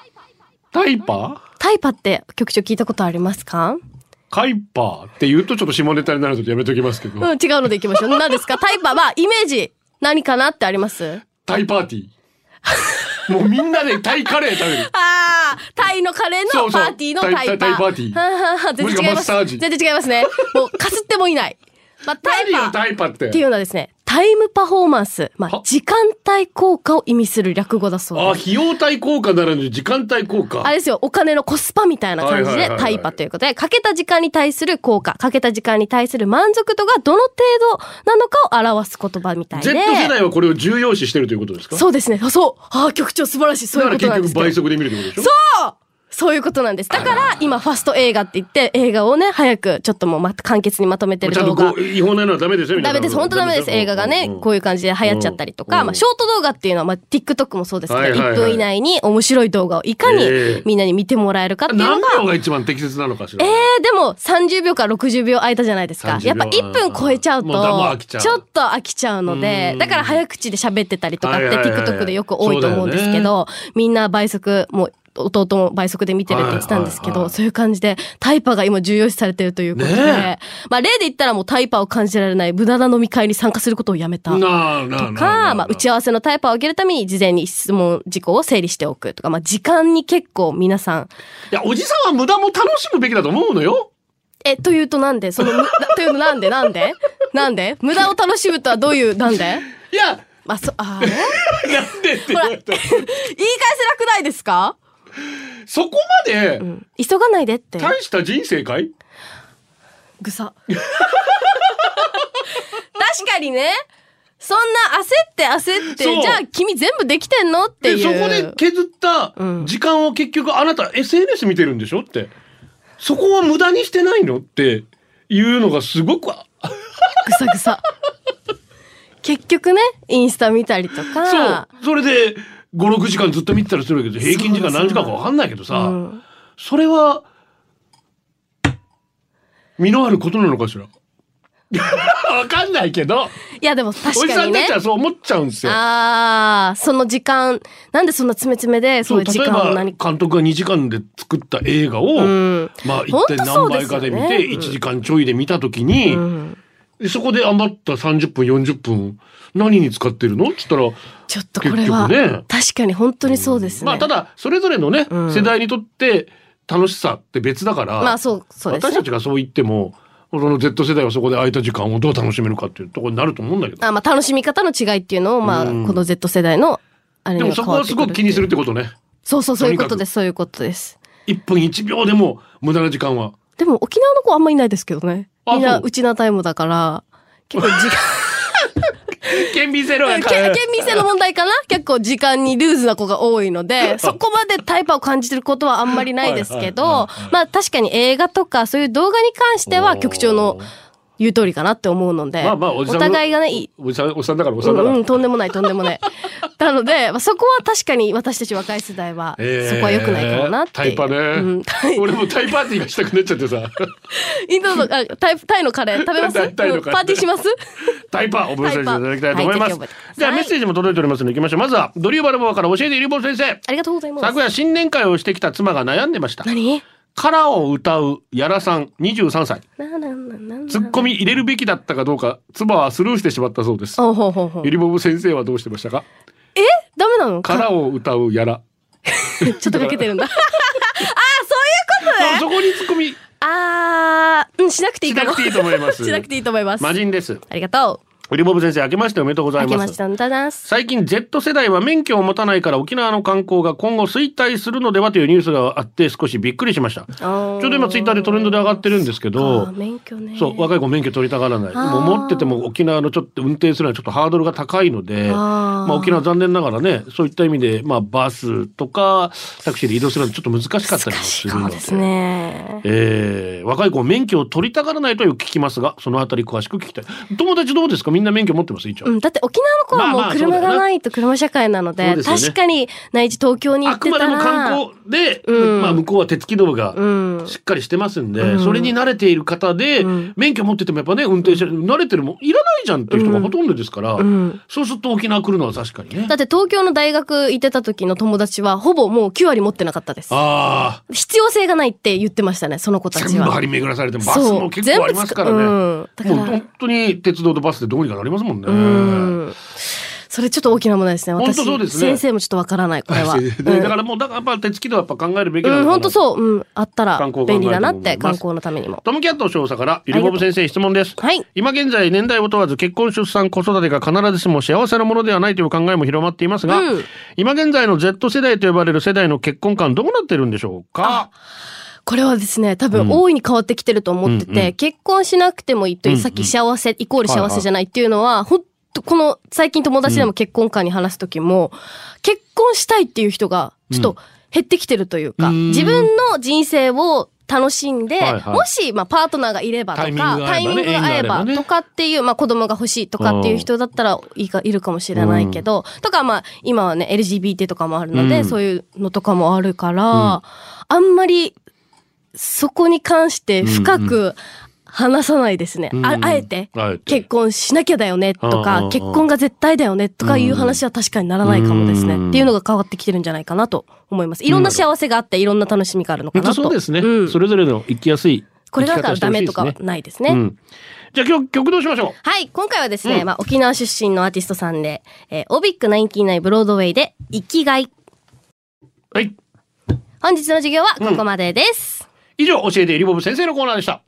[SPEAKER 1] ー
[SPEAKER 3] タイパって局長聞いたことありますか
[SPEAKER 1] カイパーって言うとちょっと下ネタになるのでやめときますけど、
[SPEAKER 2] うん、違うのでいきましょう。 [LAUGHS] 何ですかタイパは、イメージ、何かなってあります
[SPEAKER 1] タイパーティー。もうみんなでタイカレー食べる。
[SPEAKER 2] ああ、タイのカレー
[SPEAKER 1] そ
[SPEAKER 2] の
[SPEAKER 1] うそう
[SPEAKER 2] パーティーのタイパ。
[SPEAKER 1] タイタイタイパーティー
[SPEAKER 2] はあはあはあ全然
[SPEAKER 1] も
[SPEAKER 2] 違いま
[SPEAKER 1] しくはマッ
[SPEAKER 2] す。
[SPEAKER 1] サージ
[SPEAKER 2] 全然違いますね。もう、かすってもいない。まあ、 [LAUGHS] タ
[SPEAKER 1] 何
[SPEAKER 2] イパ
[SPEAKER 1] よタイパーって
[SPEAKER 2] っていうのはですね、タイムパフォーマンス、まあ
[SPEAKER 1] は、
[SPEAKER 2] 時間帯効果を意味する略語だそうです
[SPEAKER 1] あ、。費用対効果ならぬ時間対効果。
[SPEAKER 2] あれですよ、お金のコスパみたいな感じ
[SPEAKER 1] はいはいは
[SPEAKER 2] で
[SPEAKER 1] いはい
[SPEAKER 2] タイパということで、かけた時間に対する効果、かけた時間に対する満足度がどの程度なのかを表す言葉みたいで。
[SPEAKER 1] Z 世代はこれを重要視してるということですか
[SPEAKER 2] そうですね。あそう。ああ、局長素晴らしい。そう
[SPEAKER 1] だ
[SPEAKER 2] いう
[SPEAKER 1] か
[SPEAKER 2] こ
[SPEAKER 1] ら
[SPEAKER 2] となんで
[SPEAKER 1] 結
[SPEAKER 2] す
[SPEAKER 1] 局倍速で
[SPEAKER 2] けど。
[SPEAKER 1] 見るということでしょ
[SPEAKER 2] そうそういうことなんです。だから、今、ファスト映画って言って、映画をね、早く、ちょっともう、ま、簡潔にまとめてる
[SPEAKER 1] ちゃん
[SPEAKER 2] 動
[SPEAKER 1] と
[SPEAKER 2] 画
[SPEAKER 1] こう。違法なのはダメですよ
[SPEAKER 2] ダメです。本当ダメです。映画がね、こういう感じで流行っちゃったりと
[SPEAKER 1] うん
[SPEAKER 2] か、
[SPEAKER 1] うん
[SPEAKER 2] まあ、ショート動画っていうのは、まあ、TikTok もそうですけど、
[SPEAKER 1] はいはいはい
[SPEAKER 2] 1分以内に面白い動画をいかに
[SPEAKER 1] ええ
[SPEAKER 2] みんなに見てもらえるかっていうのが
[SPEAKER 1] 何、秒が一番適切なのかしら。
[SPEAKER 2] えー、でも30秒から60秒間じゃないですか
[SPEAKER 1] 30。秒
[SPEAKER 2] やっぱ1分超えちゃうと、
[SPEAKER 1] もうだもう飽きちゃう
[SPEAKER 2] ちょっと飽きちゃうので
[SPEAKER 1] う、ん
[SPEAKER 2] だから早口で喋ってたりとかって
[SPEAKER 1] はいはいはいはい
[SPEAKER 2] TikTok でよく多いと思うんです
[SPEAKER 1] そ
[SPEAKER 2] け
[SPEAKER 1] うだ
[SPEAKER 2] ど、みんな倍速、もう弟も倍速で見てるって言ってたんですけ
[SPEAKER 1] はいはいはい
[SPEAKER 2] ど、そういう感じでタイパが今重要視されてるということで
[SPEAKER 1] ね、
[SPEAKER 2] まあ例で言ったらもうタイパを感じられない無駄な飲み会に参加することをやめた。
[SPEAKER 1] なあなあなあ
[SPEAKER 2] と
[SPEAKER 1] な
[SPEAKER 2] か、まあ、打ち合わせのタイパーを上げるために事前に質問事項を整理しておくとか、まあ、時間に結構皆さん
[SPEAKER 1] いや、おじさんは無駄も楽しむべきだと思うのよ。
[SPEAKER 2] え、というとなんでその、むなというのなんでなんでなんで無駄を楽しむとはどういう、なんで
[SPEAKER 1] いや、
[SPEAKER 2] まあ、そ、あー
[SPEAKER 1] なんでって
[SPEAKER 2] ほら、言い返せなくないですか
[SPEAKER 1] そこまで
[SPEAKER 2] うん。急がないでって。
[SPEAKER 1] 大した人生かい
[SPEAKER 2] ぐさ。確かにね。そんな焦って焦って、
[SPEAKER 1] そう
[SPEAKER 2] じゃあ君全部できてんのってい
[SPEAKER 1] で、
[SPEAKER 2] う。
[SPEAKER 1] そこで削った時間を結局あなた SNS 見てるんでしょって。そこは無駄にしてないのっていうのがすごく、あ
[SPEAKER 2] ぐさぐさ。結局ね、インスタ見たりとか。
[SPEAKER 1] そう。それで5、6時間ずっと見てたりするけど、平均時間何時間かわかんないけどさ、
[SPEAKER 2] ん
[SPEAKER 1] それは、身のあることなのかしら。 [LAUGHS] わかんないけど、
[SPEAKER 2] いやでも
[SPEAKER 1] お
[SPEAKER 2] 確
[SPEAKER 1] じ
[SPEAKER 2] か
[SPEAKER 1] さ
[SPEAKER 2] に
[SPEAKER 1] んた
[SPEAKER 2] ね
[SPEAKER 1] ち。はそう思っちゃうんですよ。
[SPEAKER 2] ああ、その時間、なんでそんな詰め詰めで、そういう時
[SPEAKER 1] 例え
[SPEAKER 2] 間を
[SPEAKER 1] ば
[SPEAKER 2] 何
[SPEAKER 1] 監
[SPEAKER 2] か。
[SPEAKER 1] 督が2時間で作った映画を、
[SPEAKER 2] ん
[SPEAKER 1] まあ
[SPEAKER 2] 本
[SPEAKER 1] 一
[SPEAKER 2] 当
[SPEAKER 1] 点
[SPEAKER 2] そ
[SPEAKER 1] 何
[SPEAKER 2] う
[SPEAKER 1] 倍
[SPEAKER 2] ですよ
[SPEAKER 1] か
[SPEAKER 2] ね
[SPEAKER 1] で見て1時間ちょいで見た時に、
[SPEAKER 2] うん
[SPEAKER 1] でそこで余った30分40分何に使ってるのっつったら
[SPEAKER 2] ちょっとこれは、
[SPEAKER 1] 結局ね
[SPEAKER 2] 確かに本当にそうですね。
[SPEAKER 1] まあただそれぞれのね、
[SPEAKER 2] うん
[SPEAKER 1] 世代にとって楽しさって別だから、
[SPEAKER 2] まあそう、そうです
[SPEAKER 1] 私
[SPEAKER 2] ね
[SPEAKER 1] た。ちがそう言ってもその Z 世代はそこで空いた時間をどう楽しめるかっていうところになると思うんだけど
[SPEAKER 2] あまあ楽しみ方の違いっていうのを、まあ、
[SPEAKER 1] うん
[SPEAKER 2] この Z 世代の、あれ
[SPEAKER 1] でも
[SPEAKER 2] には
[SPEAKER 1] そ
[SPEAKER 2] 変
[SPEAKER 1] こ
[SPEAKER 2] わっ
[SPEAKER 1] は
[SPEAKER 2] て
[SPEAKER 1] す
[SPEAKER 2] くる
[SPEAKER 1] ごく気にするってことね
[SPEAKER 2] そうそう、そういうこと
[SPEAKER 1] とにか
[SPEAKER 2] で
[SPEAKER 1] く
[SPEAKER 2] す、そういうことです。
[SPEAKER 1] 1分1秒でも無駄な時間は
[SPEAKER 2] [LAUGHS] でも沖縄の子あんまいないですけどね。
[SPEAKER 1] あ
[SPEAKER 2] みんな、
[SPEAKER 1] そう
[SPEAKER 2] うちなタイムだから、結構時間、
[SPEAKER 1] 県民性の
[SPEAKER 2] け県民性の問題かな結構時間にルーズな子が多い
[SPEAKER 1] [LAUGHS]
[SPEAKER 2] ので、そこまでタイパを感じてることはあんまりないですけ
[SPEAKER 1] はいはい
[SPEAKER 2] ど
[SPEAKER 1] はいはい、
[SPEAKER 2] まあ確かに映画とかそういう動画に関しては局長の言う通りかなって思うので、
[SPEAKER 1] まあまあおじさんの
[SPEAKER 2] 互いがね、いい
[SPEAKER 1] おじさんおじさんだからおじさんだ
[SPEAKER 2] う
[SPEAKER 1] か
[SPEAKER 2] ん
[SPEAKER 1] ら、
[SPEAKER 2] うん、とんでもないとんで
[SPEAKER 1] [LAUGHS]
[SPEAKER 2] もないなので、まあ、そこは確かに私たち若い世代は、
[SPEAKER 1] えー
[SPEAKER 2] そこは良くないかもなって
[SPEAKER 1] タイパね、
[SPEAKER 2] うん、タイ
[SPEAKER 1] 俺もタイパーティーがしたくなっちゃって
[SPEAKER 2] [LAUGHS]
[SPEAKER 1] さ
[SPEAKER 2] インドのあタイタイのカレー食べま
[SPEAKER 1] タ
[SPEAKER 2] す
[SPEAKER 1] イタイのカレー
[SPEAKER 2] パーティーします [LAUGHS]
[SPEAKER 1] タイパー覚えておいていただきたいと思います、
[SPEAKER 2] タイパーはいぜひ覚えてください
[SPEAKER 1] じゃあメッセージも届いておりますので行きましょうまずはドリューバルボアから教えてゆりぼう先生
[SPEAKER 2] ありがとうございます
[SPEAKER 1] 昨夜新年会をしてきた妻が悩んでました
[SPEAKER 2] 何
[SPEAKER 1] カラを歌うやらさん23歳
[SPEAKER 2] ななななな
[SPEAKER 1] ツッコミ入れるべきだったかどうか妻はスルーしてしまったそうです
[SPEAKER 2] おほうほうほう
[SPEAKER 1] ゆりぼぶ先生はどうしてましたか
[SPEAKER 2] ダメなの
[SPEAKER 1] [LAUGHS] カラを歌うやら
[SPEAKER 2] ちょっとかけてるんだあ
[SPEAKER 1] そこにツッコミ
[SPEAKER 2] あーうんしなくていい
[SPEAKER 1] し
[SPEAKER 2] か
[SPEAKER 1] な
[SPEAKER 2] も
[SPEAKER 1] くていいと思います
[SPEAKER 2] しなくていいと思います
[SPEAKER 1] 魔人です
[SPEAKER 2] ありがとう
[SPEAKER 1] ウリボブ先生明けましておめでとうござい
[SPEAKER 2] 明け
[SPEAKER 1] ま
[SPEAKER 2] ますしておめでとうございます。
[SPEAKER 1] 最近 Z 世代は免許を持たないから沖縄の観光が今後衰退するのではというニュースがあって少しびっくりしましたち
[SPEAKER 2] ちょ
[SPEAKER 1] ょうど今ツイッターでトレンドで上がってるんですけど
[SPEAKER 2] 免許ね。
[SPEAKER 1] そう若い子免許取りたがらない
[SPEAKER 2] あー
[SPEAKER 1] もう持ってても沖縄のちょっと運転するのはちょっとハードルが高いので
[SPEAKER 2] あ
[SPEAKER 1] ま
[SPEAKER 2] ー
[SPEAKER 1] あ、沖縄残念ながらねそういった意味で、まあ、バスとかタクシーで移動するのはちょっと難しかったりもする
[SPEAKER 2] そ
[SPEAKER 1] の
[SPEAKER 2] う
[SPEAKER 1] で
[SPEAKER 2] ですね。
[SPEAKER 1] えー若い子は免許を取りたがらないとよく聞きますがそのあたり詳しく聞きたい友達どうですかみんな免許持ってます一応、
[SPEAKER 2] うん、だって沖縄の子は
[SPEAKER 1] まあ
[SPEAKER 2] も
[SPEAKER 1] ま
[SPEAKER 2] う
[SPEAKER 1] あ
[SPEAKER 2] 車
[SPEAKER 1] そうだ
[SPEAKER 2] が
[SPEAKER 1] よな
[SPEAKER 2] ないと車社会なので
[SPEAKER 1] そうですよね
[SPEAKER 2] 確かに内地東京に行
[SPEAKER 1] あ
[SPEAKER 2] って
[SPEAKER 1] くま
[SPEAKER 2] た
[SPEAKER 1] で
[SPEAKER 2] ら
[SPEAKER 1] も観光で、
[SPEAKER 2] うん
[SPEAKER 1] まあ、向こうは手つき動画
[SPEAKER 2] う
[SPEAKER 1] が
[SPEAKER 2] ん
[SPEAKER 1] しっかりしてますんで、
[SPEAKER 2] うん
[SPEAKER 1] それに慣れている方で、
[SPEAKER 2] うん
[SPEAKER 1] 免許持っててもやっぱね運転してる慣れてるもんいらないじゃんっていう人がほとんどですから、
[SPEAKER 2] うん、
[SPEAKER 1] そうすると沖縄来るのは確かにね
[SPEAKER 2] だって東京の大学行ってた時の友達はほぼもう9割持ってなかったです
[SPEAKER 1] ああ
[SPEAKER 2] 必要性がないって言ってましたねその子たち
[SPEAKER 1] 全部
[SPEAKER 2] は
[SPEAKER 1] 張り巡らされてバスも結構ありますからね、
[SPEAKER 2] そう全部使う
[SPEAKER 1] もう
[SPEAKER 2] うんだから
[SPEAKER 1] 本当に鉄道とバスでどうにかなりますもんね。
[SPEAKER 2] うんそれちょっと大きな問題ですね
[SPEAKER 1] 本当
[SPEAKER 2] 私
[SPEAKER 1] そうですね
[SPEAKER 2] 先生もちょっとわからないこ
[SPEAKER 1] [LAUGHS]
[SPEAKER 2] れは、
[SPEAKER 1] で
[SPEAKER 2] うん
[SPEAKER 1] だからもうだからやっぱ手つき度はやっぱ考えるべきなの
[SPEAKER 2] う
[SPEAKER 1] か
[SPEAKER 2] ん、
[SPEAKER 1] な
[SPEAKER 2] 本当そう、うん、あったら
[SPEAKER 1] 観光を考え
[SPEAKER 2] 便
[SPEAKER 1] て
[SPEAKER 2] 利だなっ
[SPEAKER 1] と思い
[SPEAKER 2] て
[SPEAKER 1] ます
[SPEAKER 2] 観光のためにも。
[SPEAKER 1] トムキャット少佐からゆりぼぶ先生質問です。
[SPEAKER 2] はい、
[SPEAKER 1] 今現在年代を問わず結婚出産子育てが必ずしも幸せなものではないという考えも広まっていますが、
[SPEAKER 2] うん
[SPEAKER 1] 今現在の Z 世代と呼ばれる世代の結婚観どうなってるんでしょうか
[SPEAKER 2] これはですね、多
[SPEAKER 1] うん
[SPEAKER 2] 分大いに変わってきてると思ってて、
[SPEAKER 1] うんうん
[SPEAKER 2] 結婚しなくてもいいという、
[SPEAKER 1] うんうん
[SPEAKER 2] さっき幸せ、イコール幸せじゃないっていうのは、ほんと、この最近友達でも結婚観に話す時も、結婚したいっていう人が、ちょっと減ってきてるというか、
[SPEAKER 1] うん
[SPEAKER 2] 自分の人生を楽しんで、
[SPEAKER 1] はいはい
[SPEAKER 2] もし、まあ、パートナーがいればとか、
[SPEAKER 1] タ
[SPEAKER 2] タ
[SPEAKER 1] イ
[SPEAKER 2] イ
[SPEAKER 1] ミ
[SPEAKER 2] ミ
[SPEAKER 1] ング
[SPEAKER 2] ン
[SPEAKER 1] が
[SPEAKER 2] グが
[SPEAKER 1] 合
[SPEAKER 2] 合
[SPEAKER 1] え
[SPEAKER 2] え
[SPEAKER 1] ば
[SPEAKER 2] ば
[SPEAKER 1] ね
[SPEAKER 2] とかっていう、まあ、子供が欲しいとかっていう人だったらいいかいるかもしれないけど、とか、まあ、今はね、LGBT とかもあるの
[SPEAKER 1] う
[SPEAKER 2] で、
[SPEAKER 1] ん
[SPEAKER 2] そういうのとかもあるから、あんまりそこに関して深く話さないですね。
[SPEAKER 1] うん
[SPEAKER 2] ああえて
[SPEAKER 1] あえて
[SPEAKER 2] 結婚しなきゃだよねと
[SPEAKER 1] うんうんう
[SPEAKER 2] か
[SPEAKER 1] ん
[SPEAKER 2] 結婚が絶対だよねとかいう話は確かにならないかもです
[SPEAKER 1] うん
[SPEAKER 2] ね。っていうのが変わってきてるんじゃないかなと思います。いろんな幸せがあっていろんな楽しみがあるのか
[SPEAKER 1] 本
[SPEAKER 2] な
[SPEAKER 1] 当
[SPEAKER 2] と。
[SPEAKER 1] そうですね、
[SPEAKER 2] うん
[SPEAKER 1] それぞれの生きやすい
[SPEAKER 2] これがだからダメとか
[SPEAKER 1] 生
[SPEAKER 2] は
[SPEAKER 1] き方をしてほしいです
[SPEAKER 2] ないですね。
[SPEAKER 1] うんじゃあ今日曲どうしましょう
[SPEAKER 2] はい、今回はですね、
[SPEAKER 1] うん
[SPEAKER 2] まあ、沖縄出身のアーティストさんで、えー、オビック999ブロードウェイで、生きがい。
[SPEAKER 1] はい
[SPEAKER 2] 本日の授業はここまでです。
[SPEAKER 1] 以上教えてゆりぼぶ先生のコーナーでした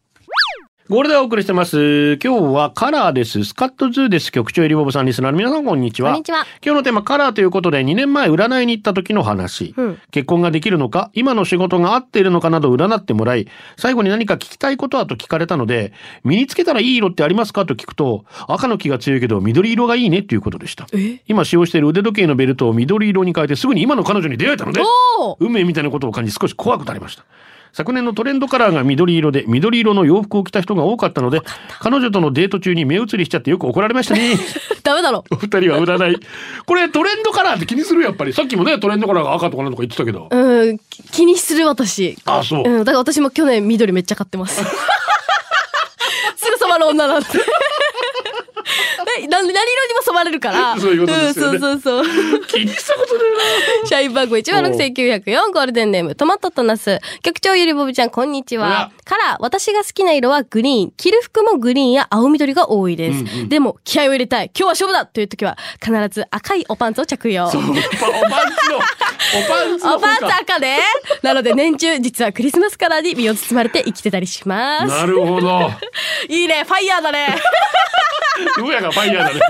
[SPEAKER 1] ゴールデンをお送りしてます今日はカラーですスカットズーです局長ゆりぼぶさんリスナーの皆さんこんにちは
[SPEAKER 2] こんにちは
[SPEAKER 1] 今日のテーマカラーということで2年前占いに行った時の話、
[SPEAKER 2] うん
[SPEAKER 1] 結婚ができるのか今の仕事が合っているのかなど占ってもらい最後に何か聞きたいことはと聞かれたので身につけたらいい色ってありますかと聞くと赤の気が強いけど緑色がいいねということでした今使用している腕時計のベルトを緑色に変えてすぐに今の彼女に出会えたので
[SPEAKER 2] おー [LAUGHS]
[SPEAKER 1] 運命みたいなことを感じ少し怖くなりました昨年のトレンドカラーが緑色で緑色の洋服を着た人が多かったので彼女とのデート中に目移りしちゃってよく怒られました [LAUGHS] ね
[SPEAKER 2] ダメだろ。
[SPEAKER 1] お二人は占いこれトレンドカラーって気にするやっぱりさっきもねトレンドカラーが赤とかなんとか言ってたけど
[SPEAKER 2] うん、き気にする私。
[SPEAKER 1] あそう
[SPEAKER 2] うん、だから私も去年緑めっちゃ買ってます。 [LAUGHS] すぐ染まる女なんで。 [LAUGHS] えな何色にも染まれるから。
[SPEAKER 1] [LAUGHS] そういうことですよね
[SPEAKER 2] うんそ
[SPEAKER 1] [LAUGHS]
[SPEAKER 2] うそうそう。
[SPEAKER 1] 気にしたことね
[SPEAKER 2] 社員番号1万6904ゴールデンネームトマトとナス局長ゆりぼぶちゃんこんにち
[SPEAKER 1] こんにちは
[SPEAKER 2] はカラー私が好きな色はグリーン着る服もグリーンや青緑が多いです、でも気合を入れたい今日は勝負だという時は必ず赤いおパンツを着
[SPEAKER 1] え
[SPEAKER 2] 用
[SPEAKER 1] なおパンツのおパンツの
[SPEAKER 2] おばあ
[SPEAKER 1] 方
[SPEAKER 2] ち
[SPEAKER 1] か
[SPEAKER 2] ゃんかね。なので年中、実はクリスマスカラーに身を包まれて生きてたりしま
[SPEAKER 1] な
[SPEAKER 2] す。
[SPEAKER 1] るほど
[SPEAKER 2] いいね、ファイヤーだね。
[SPEAKER 1] ようやがファイヤーだね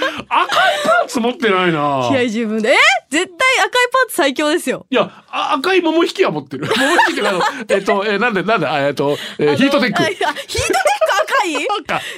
[SPEAKER 1] 赤いパンツ持ってないな
[SPEAKER 2] 気合十分で。え絶対赤いパンツ最強ですよ。
[SPEAKER 1] いや、あ赤い桃引きは持ってる。桃引きってかあの、えっと、えーなんで、なんで、あえっと、えーヒートテック
[SPEAKER 2] あ。いやヒートテック
[SPEAKER 1] 赤
[SPEAKER 2] 赤い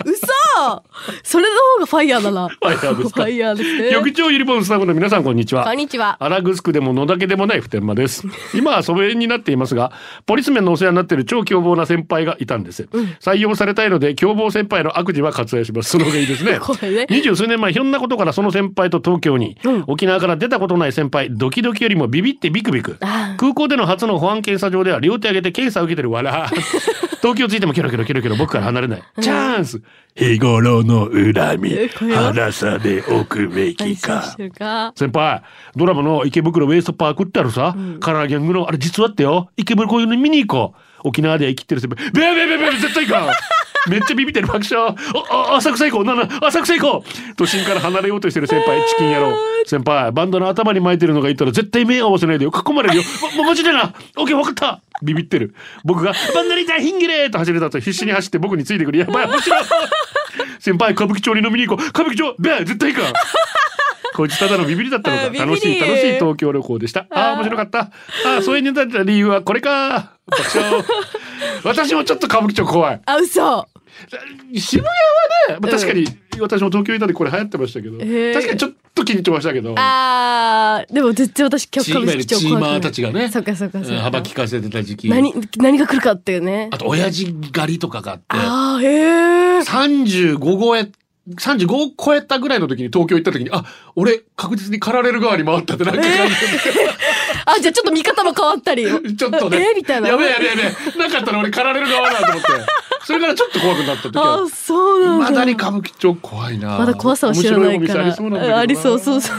[SPEAKER 2] 嘘それの方がファイヤーだな。フ
[SPEAKER 1] ァイヤーですか
[SPEAKER 2] ァイヤーですね。
[SPEAKER 1] 局長ユニボームスタッフの皆さん、こんにちは。
[SPEAKER 2] こんにちは
[SPEAKER 1] アラグスクでも野岳でもない普天間
[SPEAKER 2] [LAUGHS]
[SPEAKER 1] です。今は疎遠になっていますが、ポリスメンのお世話になっている超凶暴な先輩がいたんです。採用されたいので、凶暴先輩の悪事は割愛します。その方がいいです
[SPEAKER 2] [LAUGHS]
[SPEAKER 1] ね。
[SPEAKER 2] これね
[SPEAKER 1] 二十数年前、ひょんなことからその先輩と東京に、沖縄から出たことない先輩、ドキドキよりもビビってビクビク。
[SPEAKER 2] あ
[SPEAKER 1] 空港での初の保安検査場では両手上げて検査を受けてるわら
[SPEAKER 2] [LAUGHS]
[SPEAKER 1] 東京着いてもキョロキョロキョロキョロ僕から離れない、チャンス日頃の恨み
[SPEAKER 2] えこれは
[SPEAKER 1] 話さでおくべき
[SPEAKER 2] 安心
[SPEAKER 1] か
[SPEAKER 2] してるか。
[SPEAKER 1] 先輩ドラマの池袋ウエストパークってあるさ、カラーギャングのあれ実はってよ池袋に見に行こう沖縄では生きてる先輩べやべやべやべや絶対行かんめっちゃビビってる爆笑ああ浅草行こうなな浅草行こう都心から離れようとしてる先輩チキン野郎先輩バンドの頭に巻いてるのがいたら絶対目合わせないでよ囲まれるよま、マジでなオッケー分かったビビってる僕が「バンドリーターヒンギレー!」と走れたと必死に走って僕についてくるやばい面白い先輩、歌舞伎町に飲みに行こう。歌舞伎町、べえ、絶対行
[SPEAKER 2] [LAUGHS]
[SPEAKER 1] くわこいつただのビビりだったの
[SPEAKER 2] うんビ
[SPEAKER 1] か。
[SPEAKER 2] ビり
[SPEAKER 1] 楽しい、楽しい東京旅行でした。ああ、面白かった。ああ、疎遠になった理由はこれか。爆
[SPEAKER 2] [LAUGHS]
[SPEAKER 1] 笑。私もちょっと歌舞伎町怖い。
[SPEAKER 2] あ、嘘。
[SPEAKER 1] 渋谷はね、まあ、確かに、私も東京いたんでこれ流行ってましたけど、
[SPEAKER 2] へえ
[SPEAKER 1] 確かにちょっと気に入ってましたけど。
[SPEAKER 2] あー、でも絶対私、曲
[SPEAKER 4] チー
[SPEAKER 2] 歌
[SPEAKER 4] ム
[SPEAKER 2] 舞
[SPEAKER 4] いわゆ
[SPEAKER 2] 伎
[SPEAKER 4] るチ
[SPEAKER 2] 町
[SPEAKER 4] ー
[SPEAKER 2] 怖くない
[SPEAKER 4] マーたちがね、
[SPEAKER 2] そうかそうかそう
[SPEAKER 4] うん
[SPEAKER 2] か。
[SPEAKER 4] 幅利かせてた時期。
[SPEAKER 2] 何、何が来るかっていうね
[SPEAKER 4] あ。と、親父狩りとかがあって、
[SPEAKER 2] あー、へー。
[SPEAKER 1] 35超え、35を超えたぐらいの時に東京行った時に、あ、俺確実に駆られる側に回ったってなんか感
[SPEAKER 2] あ、じゃあちょっと見方も変わったり。
[SPEAKER 1] じ、 [LAUGHS] ちょっとね。
[SPEAKER 2] えみたいな
[SPEAKER 1] やべえやべえやべえ。なかったら俺駆られる側だと思って。それからちょっと怖くなった時
[SPEAKER 2] あ
[SPEAKER 1] は
[SPEAKER 2] ー、、そうなん
[SPEAKER 1] ま
[SPEAKER 2] だ。
[SPEAKER 1] だに歌舞伎町怖いな。
[SPEAKER 2] まだ怖さを知らないか
[SPEAKER 1] 面白いお店あ
[SPEAKER 2] ら。
[SPEAKER 1] りそうなんだけどな
[SPEAKER 2] ありそう、そうそう。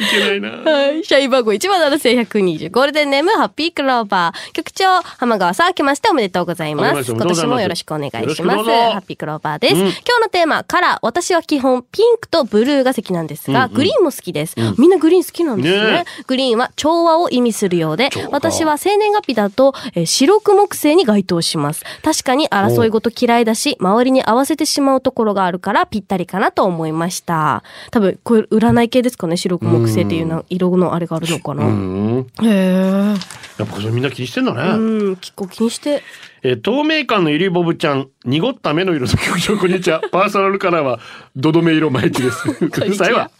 [SPEAKER 1] いけないな。
[SPEAKER 3] はい。社員番号17120。ゴールデンネーム、ハッピークローバー。局長、浜川さん、明けましておめでとうござい
[SPEAKER 1] おめ
[SPEAKER 3] ま。
[SPEAKER 1] ですとう
[SPEAKER 3] 今年
[SPEAKER 1] ございます
[SPEAKER 3] もよろしくお願い
[SPEAKER 1] よろし
[SPEAKER 3] し
[SPEAKER 1] くどう
[SPEAKER 3] ます。
[SPEAKER 1] ぞ
[SPEAKER 3] ハッピークローバーです。今日のテーマ、カラー。私は基本、ピンクとブルーが好きなんですが、グリーンも好きです。みんなグリーン好きなんですね
[SPEAKER 1] ね
[SPEAKER 3] グリーンは調和を意味するようで、私は生年月日だと、えー白く木星に該当します。確かに争いごと嫌いだし、周りに合わせてしまうところがあるからぴったりかなと思いました。多分、これ占い系ですかね、白く木星っていうな色のあれがあるのか
[SPEAKER 1] う
[SPEAKER 3] な。
[SPEAKER 1] ん。
[SPEAKER 2] へえ。
[SPEAKER 1] やっぱそれみんな気にしてんだ
[SPEAKER 3] う
[SPEAKER 1] ね。
[SPEAKER 3] ん、結構気にして。
[SPEAKER 1] えー透明感のゆりぼぶちゃん、濁った目の色の局長、こんにち [LAUGHS] は。パーソナルカラーは、どどめ色マイチ [LAUGHS] です。うるさいわ。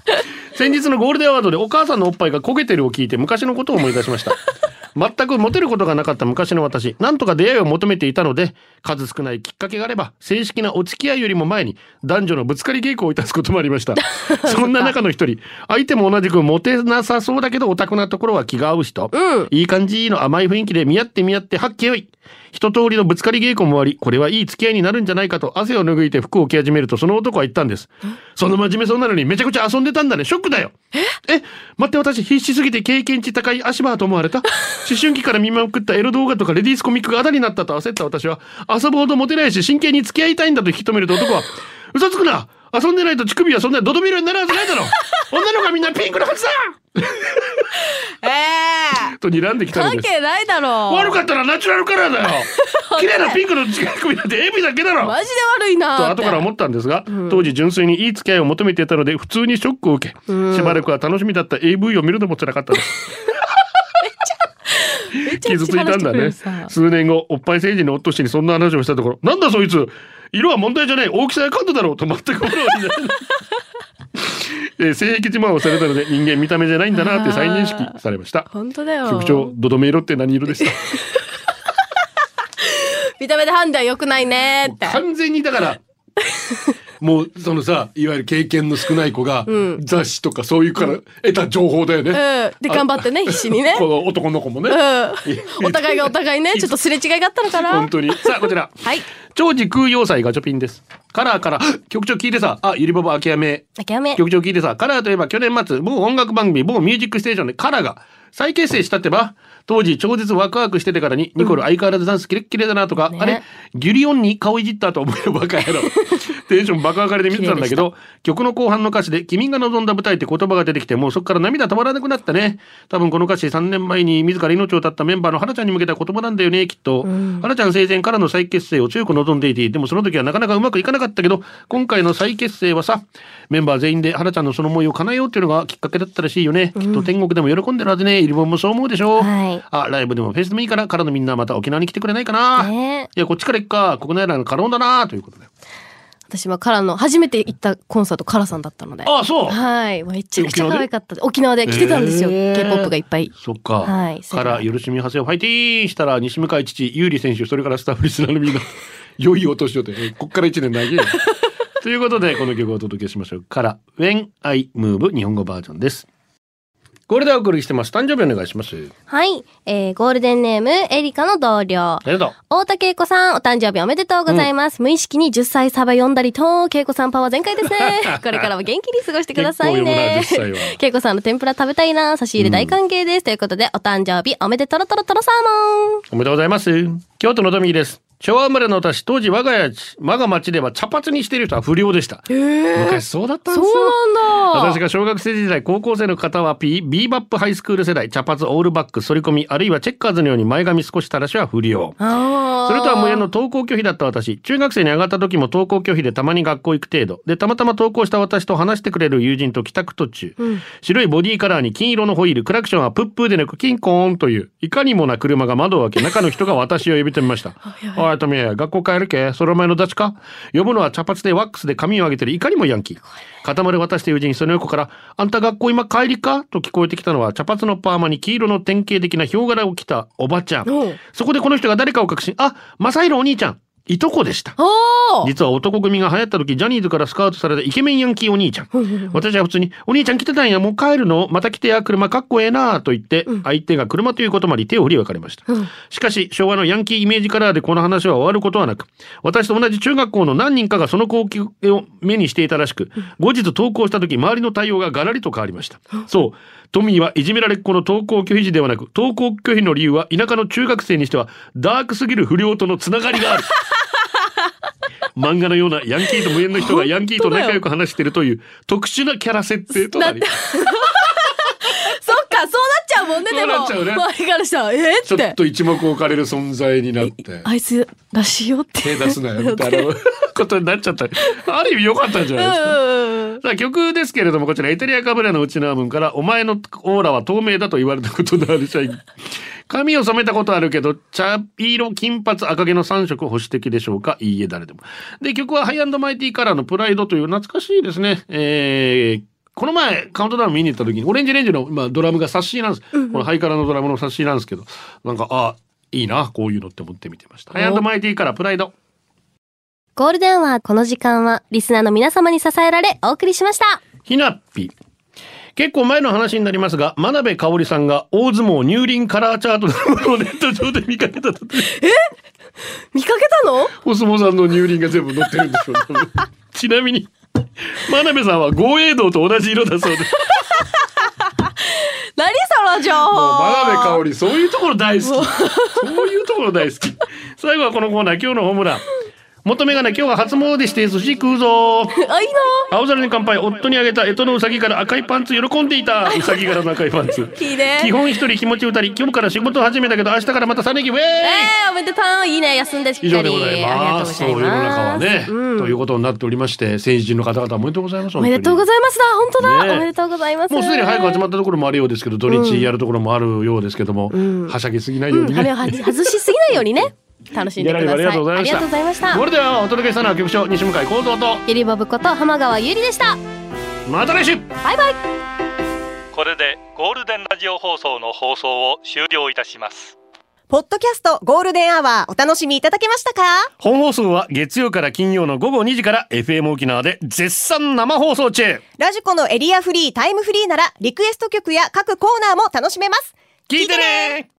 [SPEAKER 1] 先日のゴールデンアワードでお母さんのおっぱいが焦げてるを聞いて昔のことを思い出しました。全くモテることがなかった昔の私、なんとか出会いを求めていたので、数少ないきっかけがあれば、正式なお付き合いよりも前に、男女のぶつかり稽古をいたすこともありました。 [LAUGHS] そんな中の一人、相手も同じくモテなさそうだけどオタクなところは気が合う人。いい感じの甘い雰囲気で見合って見合って、はっけよい。一通りのぶつかり稽古もあり、これはいい付き合いになるんじゃないかと汗を拭いて服を着始めるとその男は言ったんです。その真面目そうなのにめちゃくちゃ遊んでたんだね。ショックだよ。え待って私必死すぎて経験値高い足場と思われた思春期から見まくったエロ動画とかレディースコミックがあだになったと焦った私は、遊ぶほどモテないし真剣に付き合いたいんだと引き止めると男は、嘘つくな遊んでないと乳首はそんなドドミルになるはずないだろ女の子はみんなピンクのはずだ
[SPEAKER 2] ええ。
[SPEAKER 1] と睨んできたの
[SPEAKER 2] 関
[SPEAKER 1] です。
[SPEAKER 2] 係ないだろう。
[SPEAKER 1] 悪かったらナチュラルカラー [LAUGHS] だよ綺麗なピンクの乳首なんてエビだけだろ
[SPEAKER 2] マジで悪いな
[SPEAKER 1] と
[SPEAKER 2] ーっ
[SPEAKER 1] 後
[SPEAKER 2] て。
[SPEAKER 1] から思ったんですが、当時純粋にいい付き合いを求めていたので普通にショックを受け、しばらくは楽しみだった AV を見るのも辛かったです [LAUGHS] 傷ついたんだね数年後おっぱい政治の夫氏にそんな話をしたところなんだそいつ色は問題じゃない大きさや感度だろうと全く思わない [LAUGHS] えー性癖自慢をされたので人間見た目じゃないんだなって再認識されました
[SPEAKER 2] 本当だよ。
[SPEAKER 1] 局長ドドメ色って何色でした
[SPEAKER 2] 見た目で判断良くないねーって。
[SPEAKER 4] 完全にだから、もうそのさ、いわゆる経験の少ない子が、雑誌とかそういうから得た情報だよね。
[SPEAKER 2] うん。で、頑張って
[SPEAKER 4] [LAUGHS]
[SPEAKER 2] ね、必死にね。
[SPEAKER 4] この男の子もね。
[SPEAKER 2] うん。お互いがお互いね、ちょっとすれ違いがあったのかな
[SPEAKER 1] 本。当にさあこちら
[SPEAKER 2] はい。
[SPEAKER 1] 長寿空要塞ガチョピンです。カラーから、曲調聞いてさ、あ、ゆりぼぼ諦め。
[SPEAKER 3] あきやめ。
[SPEAKER 1] 曲調聞いてさ、カラーといえば去年末、某音楽番組、某ミュージックステーションでカラーが再結成したってば、当時超絶ワクワクしててからに、ニコル相変わらずダンスキレッキレだなとか、あれ、ギュリオンに顔いじったと思えばバカ野郎。テンション爆上がりで見てたんだけど、曲の後半の歌詞で、君が望んだ舞台って言葉が出てきて、もうそこから涙止まらなくなったね。多分この歌詞3年前に自ら命を絶ったメンバーの花ちゃんに向けた言葉なんだよね、きっと。花ちゃん生前からの再結成を強く望んでいて、でもその時はなかなかうまくいかなかったけど、今回の再結成はさ、メンバー全員で花ちゃんのその思いを叶えようっていうのがきっかけだったらしいよね。きっと天国でも喜んでるはずね。イルボンもそう思うでしょ。
[SPEAKER 3] はい
[SPEAKER 1] あ、ライブでもフェスでもいいから、からのみんなまた沖縄に来てくれないかな。
[SPEAKER 3] ね
[SPEAKER 1] いや、こっちから行くか。国内ライブ可能だな、ということで。
[SPEAKER 3] 私はカラの、初めて行ったコンサート、カラさんだったので。
[SPEAKER 1] あ、そう。
[SPEAKER 3] はい。めちゃくちゃ可愛かったです。沖縄で来てたんですよ。
[SPEAKER 1] へー
[SPEAKER 3] K-POP がいっぱい。
[SPEAKER 1] そっか。
[SPEAKER 3] はい
[SPEAKER 1] から、許しみはせをファイティーしたら、西向井父、優里選手、それからスタッフリスナーのみ
[SPEAKER 3] [LAUGHS]
[SPEAKER 1] んな、良いお年をと、えこっから一年長いよ。ということで、この曲をお届けしましょう。から、When I Move 日本語バージョンです。これでお送りしてます。誕生日お願いします。
[SPEAKER 3] はい。えー、ゴールデンネーム、エリカの同僚。
[SPEAKER 1] ありがと
[SPEAKER 3] 太田恵子さん、お誕生日おめでとうございます。無意識に10歳サバ読んだりと、恵子さんパワー全開です
[SPEAKER 1] [LAUGHS]
[SPEAKER 3] ね。これからも元気に過ごしてくださいね
[SPEAKER 1] 結構読むな10歳は。
[SPEAKER 3] [LAUGHS] 恵子さんの天ぷら食べたいな、差し入れ大歓迎です。ということで、お誕生日おめでとろとろとろサーモン。
[SPEAKER 1] う。おめでとうございます。京都のトミーです。昭和生まれの私、当時我が家、我が町では茶髪にしている人は不良でした。昔そうだったんですよ。
[SPEAKER 3] そうなんだ。
[SPEAKER 1] 私が小学生時代、高校生の方は P、ビーバップハイスクール世代、茶髪、オールバック、反り込み、あるいはチェッカーズのように前髪少し垂らしは不良。
[SPEAKER 3] あー
[SPEAKER 1] それとは無縁の登校拒否だった私。中学生に上がった時も登校拒否でたまに学校行く程度。で、たまたま登校した私と話してくれる友人と帰宅途中。白いボディカラーに金色のホイール、クラクションはプップーでなくキンコーンという、いかにもな車が窓を開け、中の人が私を呼び止めました。 [LAUGHS] おい、トミー、学校帰るけそれお前のダチか呼ぶのは茶髪でワックスで髪を上げてる、いかにもヤンキー。固まる渡した友人、その横から、あんた学校今帰りかと聞こえてきたのは、茶髪のパーマに黄色の典型的なヒョウ柄を着たおばちゃん。そこでこの人が誰かを確信、あ、正宏お兄ちゃん、いとこでした。
[SPEAKER 2] お
[SPEAKER 3] [LAUGHS]
[SPEAKER 2] ー
[SPEAKER 1] 実は男組が流行った時、ジャニーズからスカウトされたイケメンヤンキーお兄ちゃん。私は普通に、お兄ちゃん来てたんや、もう帰るのまた来てや、車かっこええなと言って、相手が車ということもあり手を振り分かりました。しかし、昭和のヤンキーイメージカラーでこの話は終わることはなく、私と同じ中学校の何人かがその光景を目にしていたらしく、後日投稿した時、周りの対応がガラリと変わりました。そう、トミーはいじめられっ子の登校拒否時ではなく、登校拒否の理由は田舎の中学生にしては、ダークすぎる不良とのつながりがある。漫画のようなヤンキーと無縁の人がヤンキーと仲良く話してるという特殊なキャラ設定となり
[SPEAKER 2] そっかそうなっちゃうもんね
[SPEAKER 4] そう
[SPEAKER 2] でも
[SPEAKER 4] なっちゃうね
[SPEAKER 2] 周りからしたらえー
[SPEAKER 4] ちょ
[SPEAKER 2] っ
[SPEAKER 4] ってと一目置かれる存在になって
[SPEAKER 2] あいつらしいよって
[SPEAKER 4] 手出すなよみたいな
[SPEAKER 1] ことになっちゃったある意味良かったんじゃないですか。さあ曲ですけれどもこちらイタリアカブレのうちのアムンから「お前のオーラは透明だ」と言われたことのある [LAUGHS] 社員髪を染めたことあるけど茶色金髪赤毛の3色保守的でしょうかいいえ誰でもで曲はハイアンドマイティカラーの「プライド」という懐かしいですねえーこの前カウントダウン見に行った時にオレンジレンジの、まあ、ドラムが冊子なんです、このハイカラのドラムの冊子なんですけどなんかあいいなこういうのって思って見てましたハイアンドマイティカラープライド
[SPEAKER 3] [LAUGHS] ゴールデンはこの時間はリスナーの皆様に支えられお送りしました。
[SPEAKER 1] ひなっぴ。結構前の話になりますが、真鍋かおりさんが大相撲乳輪カラーチャートのものをネット上で見かけたと。
[SPEAKER 2] 見かけたの
[SPEAKER 4] お相撲さんの乳輪が全部乗ってるんでしょう多分
[SPEAKER 1] [LAUGHS] ちなみに、真鍋さんは豪栄道と同じ色だそうです。
[SPEAKER 2] 何その情報
[SPEAKER 4] もう真鍋かおりそう
[SPEAKER 1] そういうところ大好き。そういうところ大好き。最後はこのコーナー、今日のホームラン。元メガネ、今日は初詣して寿司食うぞ。
[SPEAKER 3] [LAUGHS]
[SPEAKER 2] あいいな
[SPEAKER 1] 青空に乾杯、夫にあげた干支のうさぎから赤いパンツ喜んでいた。うさぎからの赤いパンツ。
[SPEAKER 3] [LAUGHS]
[SPEAKER 2] いいね
[SPEAKER 1] 基本一人気持ち歌り、今日から仕事始めたけど、明日からまた3連休、ウェーイ
[SPEAKER 3] えー、おめでとういいね休んでしっかり
[SPEAKER 1] 以上でござい
[SPEAKER 3] ありがと
[SPEAKER 1] ま
[SPEAKER 3] うご
[SPEAKER 1] す。
[SPEAKER 3] ざ
[SPEAKER 1] その
[SPEAKER 3] い
[SPEAKER 1] 世の中は
[SPEAKER 3] ます
[SPEAKER 1] ね、ということになっておりまして、政治人の方々おめでとうございます。
[SPEAKER 3] おめでとうございますだ本当だ、
[SPEAKER 1] ねえ
[SPEAKER 3] おめでとうございます
[SPEAKER 1] もうすでに早く始まったところもあるようですけど、土日やるところもあるようですけども、はしゃぎすぎないように
[SPEAKER 3] 羽目
[SPEAKER 1] ね
[SPEAKER 3] を。はじ外しすぎないようにね楽しんでください
[SPEAKER 1] ギャラリーもありがとうございました
[SPEAKER 3] ありがとうございました
[SPEAKER 1] それではお届けしたのは局長西向井幸三と
[SPEAKER 3] ゆりぼぶこと浜川ゆりでした
[SPEAKER 1] また来週
[SPEAKER 3] バイバイ
[SPEAKER 5] これでゴールデンラジオ放送の放送を終了いたします
[SPEAKER 6] ポッドキャストゴールデンアワーお楽しみいただけましたか
[SPEAKER 1] 本放送は月曜から金曜の午後2時から FM 沖縄で絶賛生放送中
[SPEAKER 6] ラジコのエリアフリータイムフリーならリクエスト曲や各コーナーも楽しめます
[SPEAKER 1] 聞いてね